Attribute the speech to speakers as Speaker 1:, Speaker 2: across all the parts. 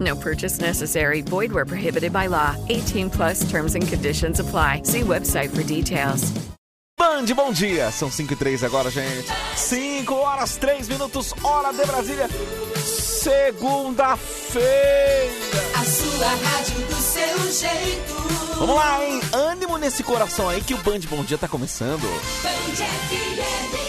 Speaker 1: No purchase necessary. Void where prohibited by law. 18 plus terms and conditions apply. See website for details.
Speaker 2: Band, bom dia! São 5 e 3 agora, gente. 5 horas, 3 minutos, hora de Brasília. Segunda-feira!
Speaker 3: A sua rádio do seu jeito.
Speaker 2: Vamos lá, hein? Ânimo nesse coração aí que o Band Bom Dia tá começando.
Speaker 3: Band FM.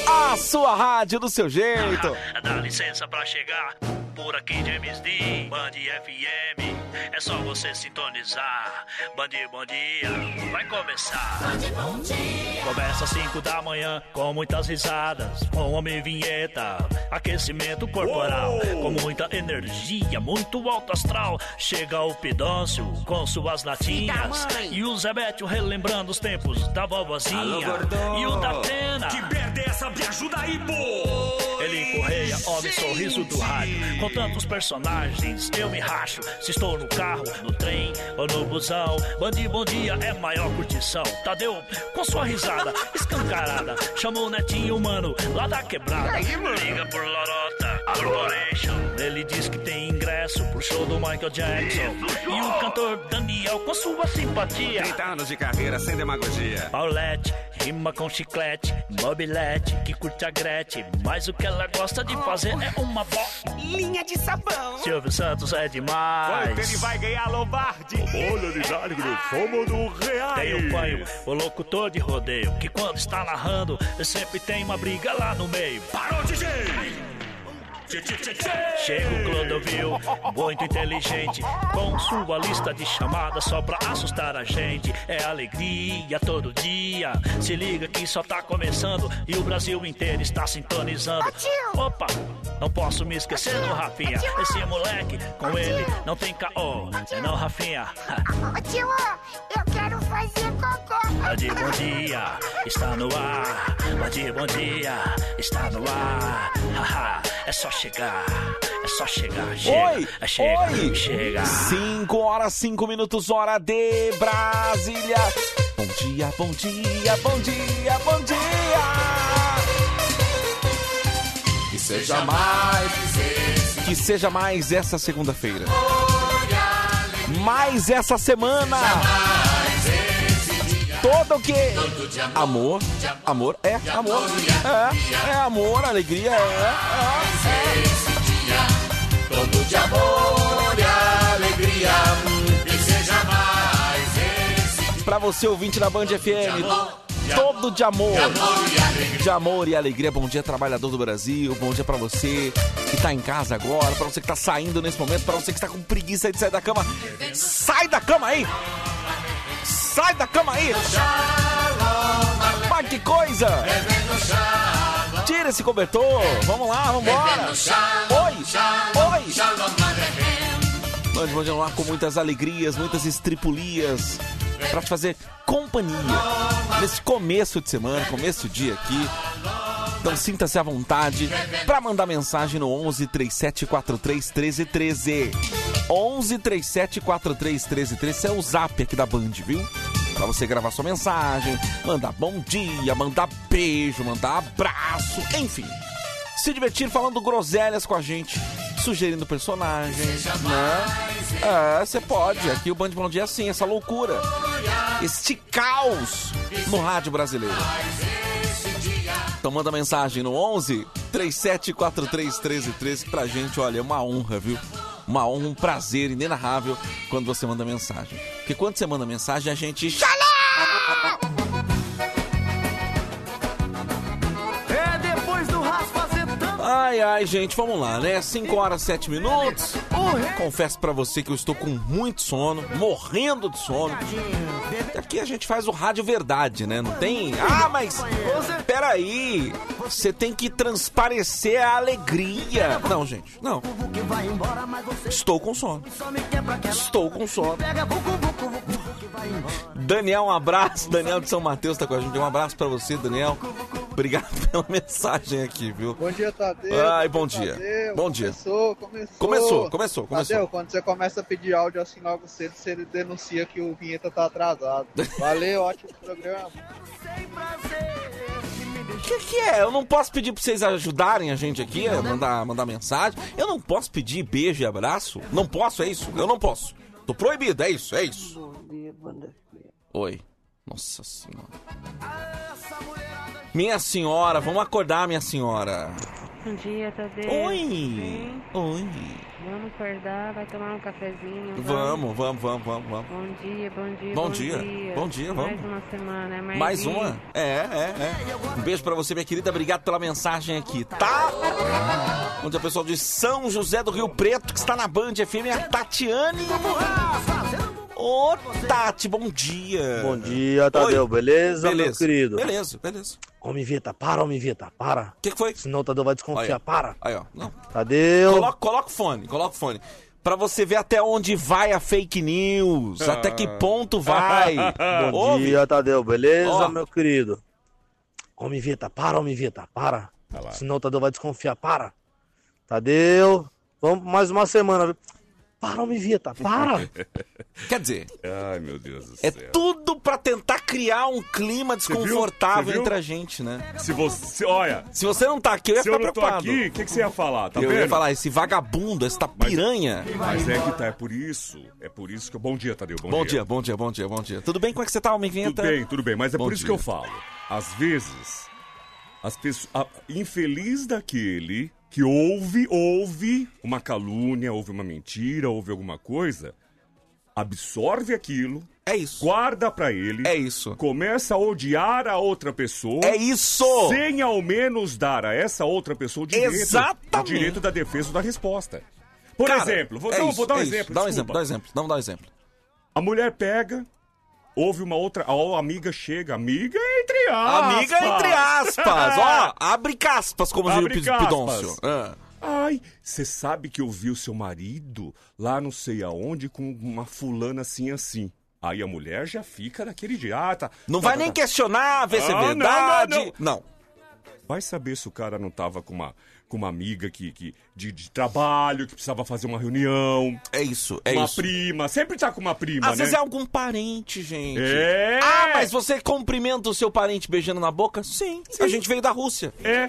Speaker 2: A sua rádio do seu jeito.
Speaker 4: Dá licença pra chegar por aqui, James D. Band FM. É só você sintonizar. Band, bom dia. Vai começar. Começa às 5 da manhã com muitas risadas. Com homem vinheta. Aquecimento corporal. Com muita energia, muito alto astral. Chega o Pidôncio com suas latinhas. E o Zé Bétio relembrando os tempos da vovozinha. E o da Atena. Ele correia, homem sorriso do rádio. Com tantos personagens, eu me racho. Se estou no carro, no trem ou no busão. Bandi Bom Dia é maior curtição. Tadeu, com sua risada escancarada, chama o netinho humano lá da quebrada. Liga por Lorota, Corporation. Ele diz que tem ingresso pro show do Michael Jackson. E o cantor Daniel com sua simpatia.
Speaker 5: 30 anos de carreira sem demagogia.
Speaker 4: Paulette, rima com chiclete, mobilete, que curte a Gretchen. Mas o que ela gosta de fazer é uma bolinha de sabão. Silvio Santos é demais.
Speaker 5: ganhar Lombardi.
Speaker 4: Tem o Panho, o locutor de rodeio, que quando está narrando, sempre tem uma briga lá no meio. Parou, DJ! Chega o Clodovil, muito inteligente, com sua lista de chamadas só pra assustar a gente. É alegria todo dia. Se liga que só tá começando e o Brasil inteiro está sintonizando. Opa, não posso me esquecer do Rafinha. Esse moleque, com ele, não tem caô. É não, Rafinha.
Speaker 6: Ô tio, eu quero fazer cocô.
Speaker 4: Bom dia, bom dia, está no ar. Bom dia, bom dia, está no ar. Haha, é só chegar, é só chegar. Chega,
Speaker 2: Oi!
Speaker 4: é chega,
Speaker 2: Oi!
Speaker 4: chega.
Speaker 2: 5 horas, 5 minutos, hora de Brasília. Bom dia, bom dia, bom dia, bom dia!
Speaker 5: Que seja mais
Speaker 2: Que seja mais essa segunda-feira. Mais essa semana! Todo o que? Amor, amor, é amor. É, é amor, alegria, é. é.
Speaker 5: todo de amor e alegria. Que seja mais
Speaker 2: Pra você ouvinte da Band FM, todo de amor. De amor e alegria. Bom dia, trabalhador do Brasil. Bom dia pra você que tá em casa agora, pra você que tá saindo nesse momento, pra você que está com preguiça de sair da cama. Sai da cama aí! Sai da cama aí! Mas que coisa! Tira esse cobertor! Vamos lá, vambora! Oi! Oi! Nós vamos lá um com muitas alegrias, muitas estripulias pra te fazer companhia nesse começo de semana, começo do dia aqui. Então sinta-se à vontade pra mandar mensagem no 11 3743 1313. 11 3743 1313 Esse é o zap aqui da Band, viu? Pra você gravar sua mensagem, mandar bom dia, mandar beijo, mandar abraço, enfim. Se divertir falando groselhas com a gente, sugerindo personagens, né? É, você pode. Aqui o Band Bom Dia é assim, essa loucura. Este caos no rádio brasileiro. Então manda mensagem no 11 3743 1313 pra gente. Olha, é uma honra, viu? Uma honra, um prazer inenarrável quando você manda mensagem. Porque quando você manda mensagem, a gente.
Speaker 7: É depois do raspa tanto.
Speaker 2: Ai, ai, gente, vamos lá, né? 5 horas, 7 minutos. Confesso pra você que eu estou com muito sono, morrendo de sono. Aqui É a gente faz o rádio verdade, né? Não tem. Ah, mas. Peraí. Você tem que transparecer a alegria. Não, gente, não.
Speaker 7: Que vai embora, mas você
Speaker 2: Estou com sono.
Speaker 7: só me quebra que ela
Speaker 2: Estou com sono.
Speaker 7: pega vucu, vucu, vucu, que vai embora.
Speaker 2: Daniel, um abraço. Daniel de São Mateus tá com a gente. Um abraço pra você, Daniel. Obrigado pela mensagem aqui, viu?
Speaker 8: Bom dia, Tadeu.
Speaker 2: Ai, bom dia.
Speaker 8: dia.
Speaker 2: Bom dia.
Speaker 8: Começou, começou.
Speaker 2: Começou, começou, começou.
Speaker 8: Tadeu, quando você começa a pedir áudio assim logo cedo, você denuncia que o vinheta tá atrasado. Valeu, ótimo programa.
Speaker 2: O que, que é? Eu não posso pedir pra vocês ajudarem a gente aqui, é, mandar, mandar mensagem. Eu não posso pedir beijo e abraço. Não posso, é isso? Eu não posso. Tô proibido, é isso, é isso. Oi. Nossa senhora. Minha senhora, vamos acordar, minha senhora.
Speaker 9: Bom dia, tá Tadeu.
Speaker 2: Oi.
Speaker 9: Sim.
Speaker 2: Oi.
Speaker 9: Vamos acordar, vai tomar um cafezinho.
Speaker 2: Vamos, vamos, vamos, vamos, vamos.
Speaker 9: Bom dia, bom dia.
Speaker 2: Bom dia, bom dia, vamos.
Speaker 9: Mais uma semana, é mais,
Speaker 2: Mais
Speaker 9: isso.
Speaker 2: uma? É, é, é. Um beijo pra você, minha querida. Obrigado pela mensagem aqui, tá? Onde é o pessoal de São José do Rio Preto, que está na Band FM, é a Tatiane. Ô, Tati, bom dia.
Speaker 10: Bom dia, Tadeu,
Speaker 2: Oi.
Speaker 10: beleza, meu
Speaker 2: beleza,
Speaker 10: querido?
Speaker 2: Beleza, beleza.
Speaker 10: Homem Vita, para, homem Vita, para.
Speaker 2: O que, que foi?
Speaker 10: Senão o Tadeu vai
Speaker 2: Aí,
Speaker 10: desconfiar,
Speaker 2: ó.
Speaker 10: para.
Speaker 2: Aí, ó. Não.
Speaker 11: Então-
Speaker 10: Tadeu.
Speaker 2: Coloca, coloca o fone, coloca o fone. Pra você ver até onde vai a fake news,
Speaker 11: Ah.
Speaker 2: até que ponto vai.
Speaker 10: Bom
Speaker 2: Ouve?
Speaker 10: dia, Tadeu, beleza,
Speaker 2: Ó.
Speaker 10: meu querido? Homem Vita, para, homem Vita, para. Senão o Tadeu vai desconfiar, para. Tadeu, vamos pra mais uma semana. viu? Para, homem Vita, para.
Speaker 2: Quer dizer,
Speaker 11: Ai, meu Deus do
Speaker 2: é
Speaker 11: céu.
Speaker 2: tudo pra tentar criar um clima
Speaker 11: viu? Você
Speaker 2: desconfortável
Speaker 11: viu?
Speaker 2: entre a gente, né?
Speaker 11: Se você. Olha,
Speaker 2: Se você não tá aqui, eu ia
Speaker 11: se
Speaker 2: ficar
Speaker 11: eu não tô
Speaker 2: preocupado.
Speaker 11: aqui, o que, que você ia falar? Tá
Speaker 2: eu
Speaker 11: vendo?
Speaker 2: ia falar, esse vagabundo, essa piranha.
Speaker 11: Mas é que tá, é por isso. É por isso que. eu- Bom dia, Tadeu. Bom,
Speaker 2: Bom dia, bom dia, bom dia, bom dia. Tudo bem? Como é que você tá, homem
Speaker 11: Tudo
Speaker 2: vinheta?
Speaker 11: bem, tudo bem. Mas é
Speaker 2: Bom
Speaker 11: por isso
Speaker 2: dia.
Speaker 11: que eu falo. Às vezes, as pessoas. a- Infeliz daquele que ouve, ouve uma calúnia, ouve uma mentira, ouve alguma coisa, absorve aquilo,
Speaker 2: É isso.
Speaker 11: guarda pra ele.
Speaker 2: É isso.
Speaker 11: Começa a odiar a outra pessoa.
Speaker 2: É isso!
Speaker 11: Sem ao menos dar a essa outra pessoa o direito,
Speaker 2: Exatamente.
Speaker 11: o direito da defesa ou da resposta. Por
Speaker 2: Cara,
Speaker 11: exemplo, vou,
Speaker 2: é
Speaker 11: não,
Speaker 2: isso,
Speaker 11: vou dar um
Speaker 2: é isso.
Speaker 11: exemplo.
Speaker 2: Dá um
Speaker 11: desculpa.
Speaker 2: exemplo, dá um exemplo, dá um, dá um exemplo.
Speaker 11: A mulher pega, ouve uma outra. A amiga chega. Amiga entre aspas.
Speaker 2: Amiga, entre aspas. Ó, abre caspas, como diria o
Speaker 11: Abre
Speaker 2: Pid- Pidoncio. Ah.
Speaker 11: Ai, você sabe que eu vi o seu marido lá não sei aonde com uma fulana assim assim. Aí a mulher já fica daquele dia. Ah, tá.
Speaker 2: Não
Speaker 11: tá,
Speaker 2: vai
Speaker 11: tá,
Speaker 2: nem
Speaker 11: tá.
Speaker 2: questionar, ver se é
Speaker 11: Ah, não,
Speaker 2: verdade.
Speaker 11: não,
Speaker 2: não.
Speaker 11: Vai saber se o cara não tava com uma, com uma amiga que, que, de, de trabalho, que precisava fazer uma reunião,
Speaker 2: É isso, é
Speaker 11: uma
Speaker 2: isso.
Speaker 11: prima. Sempre tá com uma prima,
Speaker 2: Às
Speaker 11: né?
Speaker 2: vezes é algum parente, gente.
Speaker 11: É.
Speaker 2: Ah, mas você cumprimenta o seu parente beijando na boca? Sim. A gente veio da Rússia.
Speaker 11: É,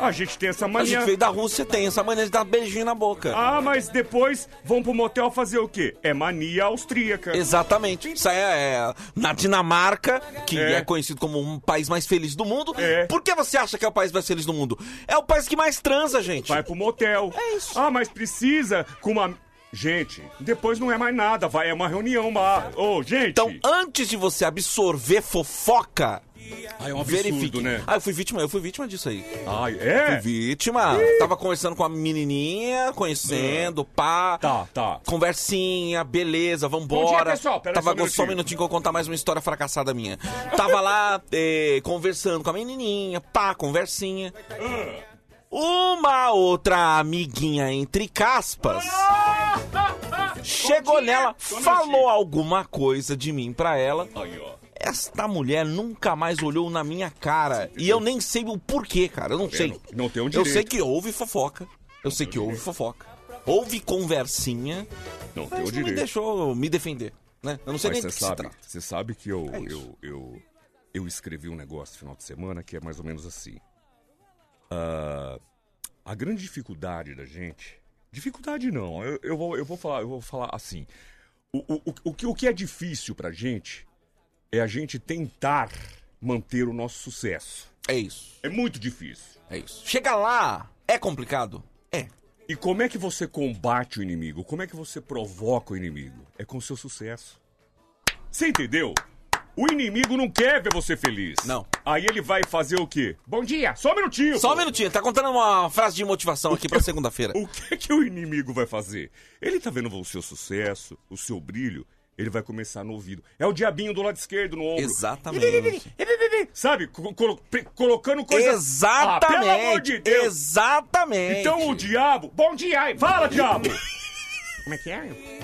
Speaker 11: a gente tem essa
Speaker 2: um- A gente
Speaker 11: mania.
Speaker 2: veio da Rússia, tem essa maneira de dar beijinho na boca.
Speaker 11: Ah, mas depois vão pro motel fazer o quê? É mania austríaca.
Speaker 2: Exatamente. Isso aí é, é, na Dinamarca, que é.
Speaker 11: É.
Speaker 2: conhecido como um país mais feliz do mundo.
Speaker 11: É.
Speaker 2: Por que você acha que é o país mais feliz do mundo? É o país que mais transa, gente.
Speaker 11: Vai pro motel.
Speaker 2: É isso.
Speaker 11: Ah, mas precisa com uma... Gente, depois não é mais nada, vai, é uma reunião, uma... Ô, gente...
Speaker 2: Então, antes de você absorver fofoca,
Speaker 11: ah, é um
Speaker 2: verifique. Ah, eu fui vítima, eu fui vítima disso aí.
Speaker 11: Ai,
Speaker 2: Fui
Speaker 11: é?
Speaker 2: vítima. Tava conversando com a menininha, conhecendo, pá.
Speaker 11: Tá, tá.
Speaker 2: Conversinha, beleza, vambora.
Speaker 11: Bom dia, pessoal. Pera
Speaker 2: Tava
Speaker 11: só um
Speaker 2: só um
Speaker 11: minutinho.
Speaker 2: minutinho que eu vou contar mais uma história fracassada minha. Tava lá eh, conversando com a menininha, pá, conversinha. Uma outra amiguinha entre caspas chegou nela, falou alguma coisa de mim pra ela.
Speaker 11: Aí, ó.
Speaker 2: Esta mulher nunca mais olhou na minha cara. E eu nem sei o porquê, cara. Eu não sei.
Speaker 11: vendo? Não tem um
Speaker 2: Eu
Speaker 11: direito.
Speaker 2: sei que houve fofoca. Eu sei que houve fofoca. Houve conversinha.
Speaker 11: Não tem
Speaker 2: Mas não me
Speaker 11: o direito.
Speaker 2: deixou me defender. Né? Eu não sei
Speaker 11: Mas
Speaker 2: nem o que
Speaker 11: você
Speaker 2: se
Speaker 11: sabe,
Speaker 2: trata.
Speaker 11: Você sabe que eu,
Speaker 2: É isso.
Speaker 11: eu, eu, eu escrevi um negócio no final de semana que é mais ou menos assim. Ah, a grande dificuldade da gente. Dificuldade não, eu, eu, vou, eu, vou, falar, eu vou falar assim. O, o, o, o que, o que é difícil pra gente é a gente tentar manter o nosso sucesso.
Speaker 2: É isso.
Speaker 11: É muito difícil.
Speaker 2: É isso. Chega lá, é complicado. É.
Speaker 11: E como é que você combate o inimigo? Como é que você provoca o inimigo? É com o seu sucesso. Você entendeu? O inimigo não quer ver você feliz. Não. Aí ele vai fazer o quê? Bom dia, só um minutinho.
Speaker 2: Só um minutinho, tá contando uma frase de motivação aqui pra segunda-feira.
Speaker 11: O que que o inimigo vai fazer? Ele tá vendo o seu sucesso, o seu brilho, ele vai começar no ouvido. É o diabinho do lado esquerdo no ombro.
Speaker 2: Exatamente.
Speaker 11: Sabe? Co- colo- pre- colocando coisa...
Speaker 2: Exatamente.
Speaker 11: Ah, pelo amor de Deus.
Speaker 2: Exatamente.
Speaker 11: Então o diabo... Bom dia, aí. fala, diabo. Como é que é?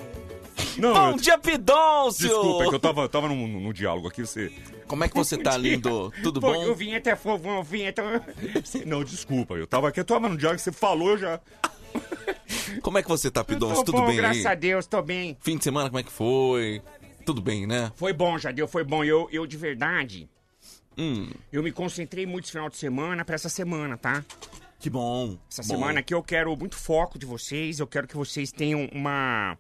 Speaker 11: Não,
Speaker 2: Bom
Speaker 11: eu-
Speaker 2: dia, Pidoncio!
Speaker 11: Desculpa, é que eu tava, tava num, num diálogo aqui, você...
Speaker 2: Como é que você tá, lindo? Tudo
Speaker 11: Pô,
Speaker 2: bom?
Speaker 11: Eu vinheta é fofo, eu vinheta... Não, desculpa, eu tava aqui, eu tava num diálogo, você falou eu já...
Speaker 2: Como é que você tá, Pidoncio?
Speaker 11: Tô
Speaker 2: Tudo
Speaker 11: bom,
Speaker 2: bem
Speaker 11: graças a
Speaker 2: aí?
Speaker 11: Deus, tô bem.
Speaker 2: Fim de semana, como é que foi? Tudo bem, né?
Speaker 11: Foi bom, Jadeu, foi bom. Eu, eu de verdade,
Speaker 2: Hum,
Speaker 11: eu me concentrei muito esse final de semana pra essa semana, tá?
Speaker 2: que bom.
Speaker 11: Essa
Speaker 2: bom.
Speaker 11: semana aqui eu quero muito foco de vocês, eu quero que vocês tenham uma.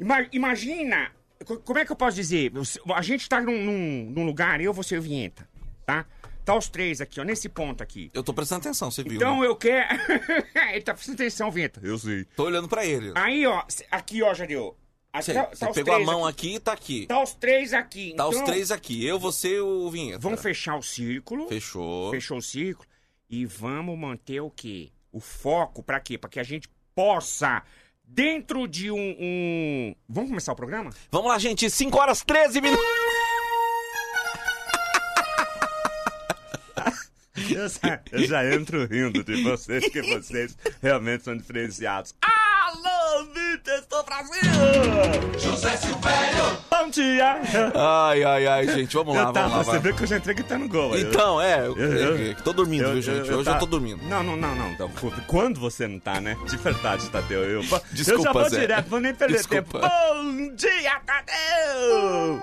Speaker 11: Ima- imagina! co- Como é que eu posso dizer? Você- A gente tá num, num- num lugar, eu, você e o Vinheta, tá? Tá os três aqui, ó, nesse ponto aqui.
Speaker 2: Eu tô prestando atenção, você viu?
Speaker 11: Então
Speaker 2: né?
Speaker 11: eu quero. Ele tá prestando atenção, Vinheta. Eu sei.
Speaker 2: Tô olhando pra ele.
Speaker 11: Aí, ó, c- aqui, ó, Jadeu. Aqui
Speaker 2: Você,
Speaker 11: tá- tá
Speaker 2: você
Speaker 11: os
Speaker 2: pegou a
Speaker 11: três
Speaker 2: mão
Speaker 11: aqui.
Speaker 2: aqui e tá aqui.
Speaker 11: Tá os três aqui.
Speaker 2: Tá os
Speaker 11: então-
Speaker 2: três aqui. Eu, você e o Vinheta.
Speaker 11: Vamos fechar o círculo.
Speaker 2: Fechou.
Speaker 11: Fechou o círculo. E vamos manter o quê? O foco pra quê? Pra que a gente possa, dentro de um. um- Vamos começar o programa?
Speaker 2: Vamos lá, gente. 5 horas 13 minutos.
Speaker 11: Eu já, entro rindo de vocês, que vocês realmente são diferenciados.
Speaker 5: Alô, Vitor Brasil! José Silvério!
Speaker 11: Bom dia!
Speaker 2: Ai, ai, ai, gente. Vamos lá, vamos lá. vai.
Speaker 11: que eu já entrei que tá no gol.
Speaker 2: Então, é. Eu, eu- eu tô dormindo, viu, gente? Hoje eu tá. tô dormindo.
Speaker 11: tá- Não, não, não, não. então, cu- Quando você não tá, né? De verdade, Tadeu. Eu, eu
Speaker 2: Desculpa,
Speaker 11: já vou
Speaker 2: Zé.
Speaker 11: direto, vou nem perder
Speaker 2: Desculpa.
Speaker 11: tempo. Bom dia, Tadeu!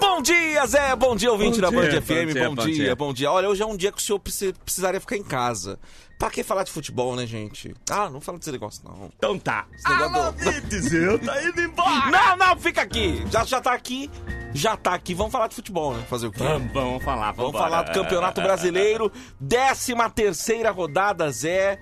Speaker 2: Bom dia, Zé! Bom dia, ouvinte da
Speaker 11: Bom
Speaker 2: Band
Speaker 11: dia,
Speaker 2: FM. Bom dia, bom dia,
Speaker 11: bom
Speaker 2: Olha, hoje é um dia que o senhor preci- precisaria ficar em casa. Pra que falar de futebol, né, gente? Ah, não fala desse negócio, não.
Speaker 11: Então tá.
Speaker 2: Esse negócio do-
Speaker 11: Eu tô indo embora!
Speaker 2: Não, não, fica aqui! Já, já tá aqui, já tá aqui. Vamos falar de futebol, né? Fazer o quê?
Speaker 11: Vamos, vamos falar,
Speaker 2: Vamos falar do Campeonato Brasileiro, 13 terceira rodada, Zé.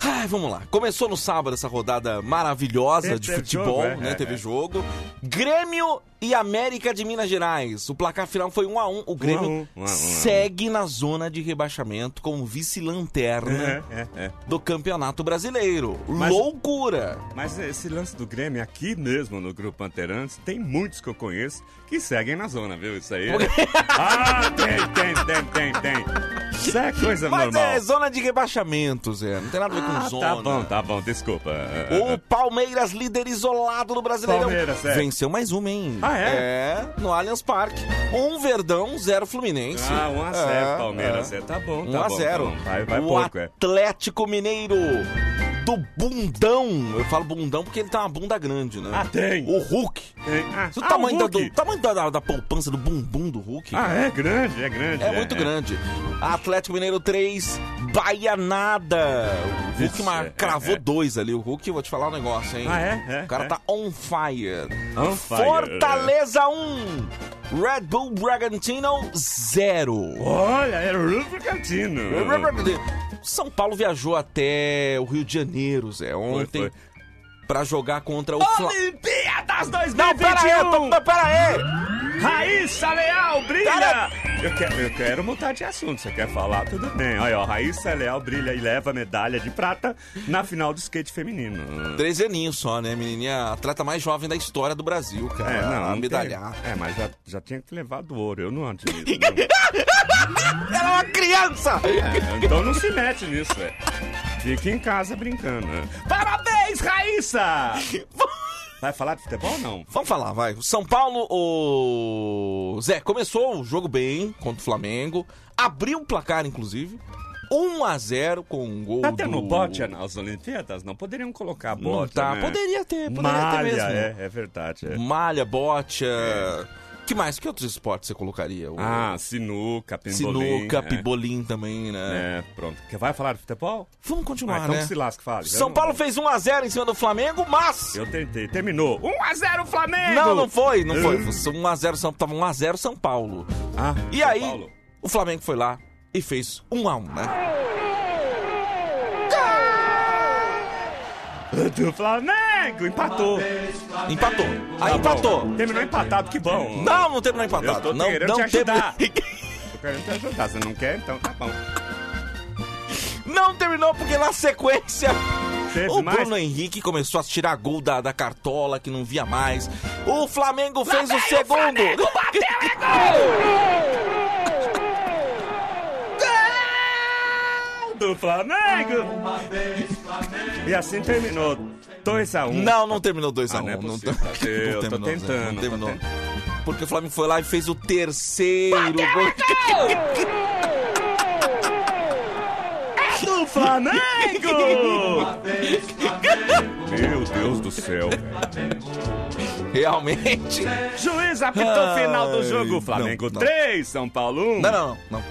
Speaker 2: Ai, vamos lá. Começou no sábado essa rodada maravilhosa
Speaker 11: Teve-
Speaker 2: de
Speaker 11: teve
Speaker 2: futebol,
Speaker 11: jogo, é,
Speaker 2: né?
Speaker 11: é,
Speaker 2: teve
Speaker 11: é.
Speaker 2: jogo. Grêmio e América de Minas Gerais. O placar final foi 1 a 1 O Grêmio
Speaker 11: um, um a um, um a um.
Speaker 2: segue na zona de rebaixamento como vice-lanterna
Speaker 11: É, é, é.
Speaker 2: do Campeonato Brasileiro.
Speaker 11: Mas-
Speaker 2: Loucura!
Speaker 11: Mas esse lance do Grêmio aqui mesmo no Grupo Anterantes, tem muitos que eu conheço que seguem na zona, viu? Isso aí. ah, tem, tem, tem, tem, tem. Isso é coisa
Speaker 2: Mas
Speaker 11: normal.
Speaker 2: é zona de rebaixamento, Zé. Não tem nada a ver com
Speaker 11: Ah,
Speaker 2: zona.
Speaker 11: tá bom, tá bom, desculpa. Ah,
Speaker 2: O Palmeiras, líder isolado do Brasileirão.
Speaker 11: É, Palmeiras, é.
Speaker 2: Venceu mais uma, hein?
Speaker 11: Ah, é?
Speaker 2: É, no Allianz Parque. Um Verdão, zero Fluminense.
Speaker 11: Ah, 1 a 0
Speaker 2: É,
Speaker 11: Palmeiras. É, tá bom, tá
Speaker 2: 1 a
Speaker 11: bom,
Speaker 2: 0.
Speaker 11: tá bom. Vai- vai
Speaker 2: o
Speaker 11: pouco, é.
Speaker 2: Atlético Mineiro do bundão. Eu falo bundão porque ele tem uma bunda grande, né?
Speaker 11: Ah, tem.
Speaker 2: O Hulk.
Speaker 11: Tem. Ah,
Speaker 2: O
Speaker 11: ah,
Speaker 2: tamanho,
Speaker 11: o
Speaker 2: da-
Speaker 11: Hulk.
Speaker 2: do, tamanho da, da, da poupança do bumbum do Hulk.
Speaker 11: Ah,
Speaker 2: cara.
Speaker 11: é grande, é grande.
Speaker 2: É muito grande. Atlético Mineiro 3, Baianada. O Hulk
Speaker 11: Isso,
Speaker 2: mar...
Speaker 11: é,
Speaker 2: cravou
Speaker 11: é.
Speaker 2: dois ali. O Hulk, eu vou te falar um negócio, hein?
Speaker 11: Ah, é? É,
Speaker 2: o cara
Speaker 11: é.
Speaker 2: tá on fire.
Speaker 11: On fire.
Speaker 2: Fortaleza 1, Red Bull Bragantino 0.
Speaker 11: Olha, é era o Rubro Cantino.
Speaker 2: É São Paulo viajou até o Rio de Janeiro, Zé, ontem.
Speaker 11: foi.
Speaker 2: Pra jogar contra o Flamengo.
Speaker 11: Olimpíadas 2021!
Speaker 2: Não, pera aí, eu tô... pera aí!
Speaker 11: Raíssa Leal brilha!
Speaker 2: Cara-
Speaker 11: Eu quero, eu quero mudar de assunto, você quer falar? Tudo bem. Olha, ó, Raíssa Leal brilha e leva a medalha de prata na final do skate feminino.
Speaker 2: Três aninhos só, né, menininha? A atleta mais jovem da história do Brasil, cara.
Speaker 11: É, não,
Speaker 2: a
Speaker 11: não
Speaker 2: Ah, medalhar.
Speaker 11: tem- É, mas já, já tinha que levar do ouro, eu não antes disso. não.
Speaker 2: Ela é uma criança!
Speaker 11: É, então não se mete nisso, é. Fica em casa brincando. né? Parabéns, Raíssa! Vai falar de futebol ou não?
Speaker 2: Vamos falar, vai. O São Paulo, o. Zé, começou o jogo bem contra o Flamengo. Abriu o placar, inclusive. 1 a 0 com um gol
Speaker 11: Tá tendo
Speaker 2: do...
Speaker 11: bote nas Olimpíadas? Não poderiam colocar
Speaker 2: Não
Speaker 11: bote,
Speaker 2: tá.
Speaker 11: né?
Speaker 2: Poderia ter, poderia ter
Speaker 11: Malha,
Speaker 2: mesmo. Hum.
Speaker 11: É, é verdade. é.
Speaker 2: Malha, bote. é. Que mais? Que outros esportes você colocaria? O-
Speaker 11: Ah, sinuca, pimbolim.
Speaker 2: Sinuca,
Speaker 11: é.
Speaker 2: pibolim também, né?
Speaker 11: É, pronto. Quer vai falar de futebol?
Speaker 2: Vamos continuar,
Speaker 11: ah, então
Speaker 2: né?
Speaker 11: se lasca, fale.
Speaker 2: São
Speaker 11: Eu-
Speaker 2: Paulo fez 1x0 em cima do Flamengo, mas...
Speaker 11: Eu tentei, terminou.
Speaker 2: 1x0 Flamengo! Não, não foi, não foi. 1x0 São Tava 1x0 São Paulo.
Speaker 11: Ah,
Speaker 2: e aí, o Flamengo foi lá e fez 1x1, né?
Speaker 11: Do Flamengo, empatou.
Speaker 2: Empatou. Aí
Speaker 11: Tá bom.
Speaker 2: empatou.
Speaker 11: Terminou empatado, que bom.
Speaker 2: Não, não terminou empatado.
Speaker 11: Eu tô
Speaker 2: não,
Speaker 11: querendo
Speaker 2: não
Speaker 11: te
Speaker 2: terminou-
Speaker 11: ajudar. Tô querendo te ajudar. Você não quer? Então tá bom.
Speaker 2: Não terminou porque na sequência
Speaker 11: Teve
Speaker 2: o
Speaker 11: mais?
Speaker 2: Bruno Henrique começou a tirar gol da, da cartola que não via mais. O Flamengo fez o segundo.
Speaker 11: Do Flamengo. E assim terminou. 2x1.
Speaker 2: Não, não terminou 2x1.
Speaker 11: não é
Speaker 2: não,
Speaker 11: possível.
Speaker 2: ter-
Speaker 11: Eu tô
Speaker 2: terminou, Zé,
Speaker 11: tentando,
Speaker 2: Não
Speaker 11: tô
Speaker 2: terminou.
Speaker 11: tentando.
Speaker 2: Porque o Flamengo foi lá e fez o terceiro gol.
Speaker 11: Do Flamengo! Meu Deus do céu.
Speaker 2: Realmente.
Speaker 11: Juiz apitou o final do
Speaker 2: Ai,
Speaker 11: jogo.
Speaker 2: não,
Speaker 11: Flamengo
Speaker 2: não.
Speaker 11: 3, São Paulo 1.
Speaker 2: Não, não, não.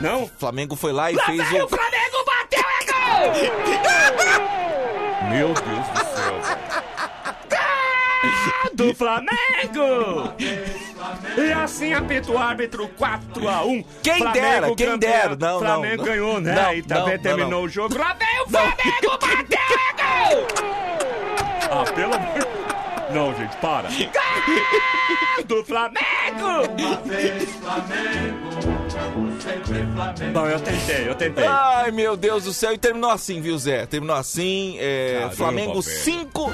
Speaker 11: Não?
Speaker 2: O Flamengo foi lá e
Speaker 11: Lá
Speaker 2: fez
Speaker 11: vem
Speaker 2: o.
Speaker 11: o Flamengo,
Speaker 2: bateu
Speaker 11: Meu Deus do céu. velho. Do Flamengo! E assim apita o árbitro 4x1.
Speaker 2: Quem
Speaker 11: Flamengo
Speaker 2: dera, quem
Speaker 11: campeão.
Speaker 2: dera. Não, não,
Speaker 11: Flamengo
Speaker 2: não.
Speaker 11: ganhou, né?
Speaker 2: Não,
Speaker 11: e também
Speaker 2: não, não,
Speaker 11: terminou
Speaker 2: não. Ah,
Speaker 11: o jogo. Lá vem o
Speaker 2: Flamengo
Speaker 11: bateu! Ah, pelo amor. Não, gente, para. Do Flamengo! Bom, eu tentei, eu tentei.
Speaker 2: Ai, meu Deus do céu. E terminou assim, viu, Zé? Terminou assim. é,
Speaker 11: Caramba,
Speaker 2: Flamengo
Speaker 11: velho.
Speaker 2: 5,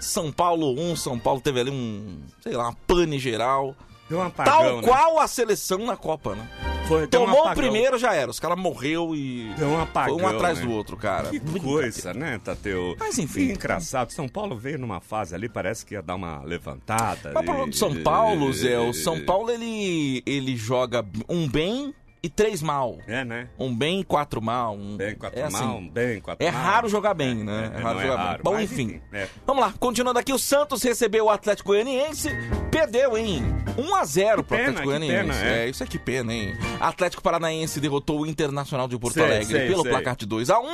Speaker 2: São Paulo 1. São Paulo teve ali um, sei lá, uma pane geral.
Speaker 11: Deu um
Speaker 2: Tal
Speaker 11: apagão, né?
Speaker 2: qual a seleção na Copa, né?
Speaker 11: Foi, deu um
Speaker 2: Tomou o
Speaker 11: apagão.
Speaker 2: primeiro, já era. Os caras morreu e.
Speaker 11: Deu um apagão,
Speaker 2: Foi um atrás
Speaker 11: né?
Speaker 2: do outro, cara.
Speaker 11: Que coisa, né, Tateu?
Speaker 2: Mas enfim. então.
Speaker 11: E engraçado, São Paulo veio numa fase ali, parece que ia dar uma levantada.
Speaker 2: Mas pro lado do São Paulo, Zé, o São Paulo ele, ele joga um bem e três mal.
Speaker 11: É, né?
Speaker 2: Um bem e quatro mal. Um
Speaker 11: Bem quatro
Speaker 2: é assim.
Speaker 11: mal, um bem quatro
Speaker 2: É
Speaker 11: mal.
Speaker 2: raro jogar bem, né?
Speaker 11: É,
Speaker 2: É raro
Speaker 11: não é
Speaker 2: jogar
Speaker 11: raro,
Speaker 2: bem. Bom,
Speaker 11: mas
Speaker 2: enfim.
Speaker 11: enfim, é.
Speaker 2: Vamos lá, continuando aqui, o Santos recebeu o Atlético Goianiense, perdeu, hein? 1 a 0 pro
Speaker 11: pena,
Speaker 2: Atlético
Speaker 11: que
Speaker 2: Goianiense.
Speaker 11: pena, é.
Speaker 2: isso é que pena, hein? Atlético Paranaense derrotou o Internacional de Porto
Speaker 11: Sei,
Speaker 2: Alegre
Speaker 11: sei,
Speaker 2: pelo
Speaker 11: sei.
Speaker 2: placar de 2 a 1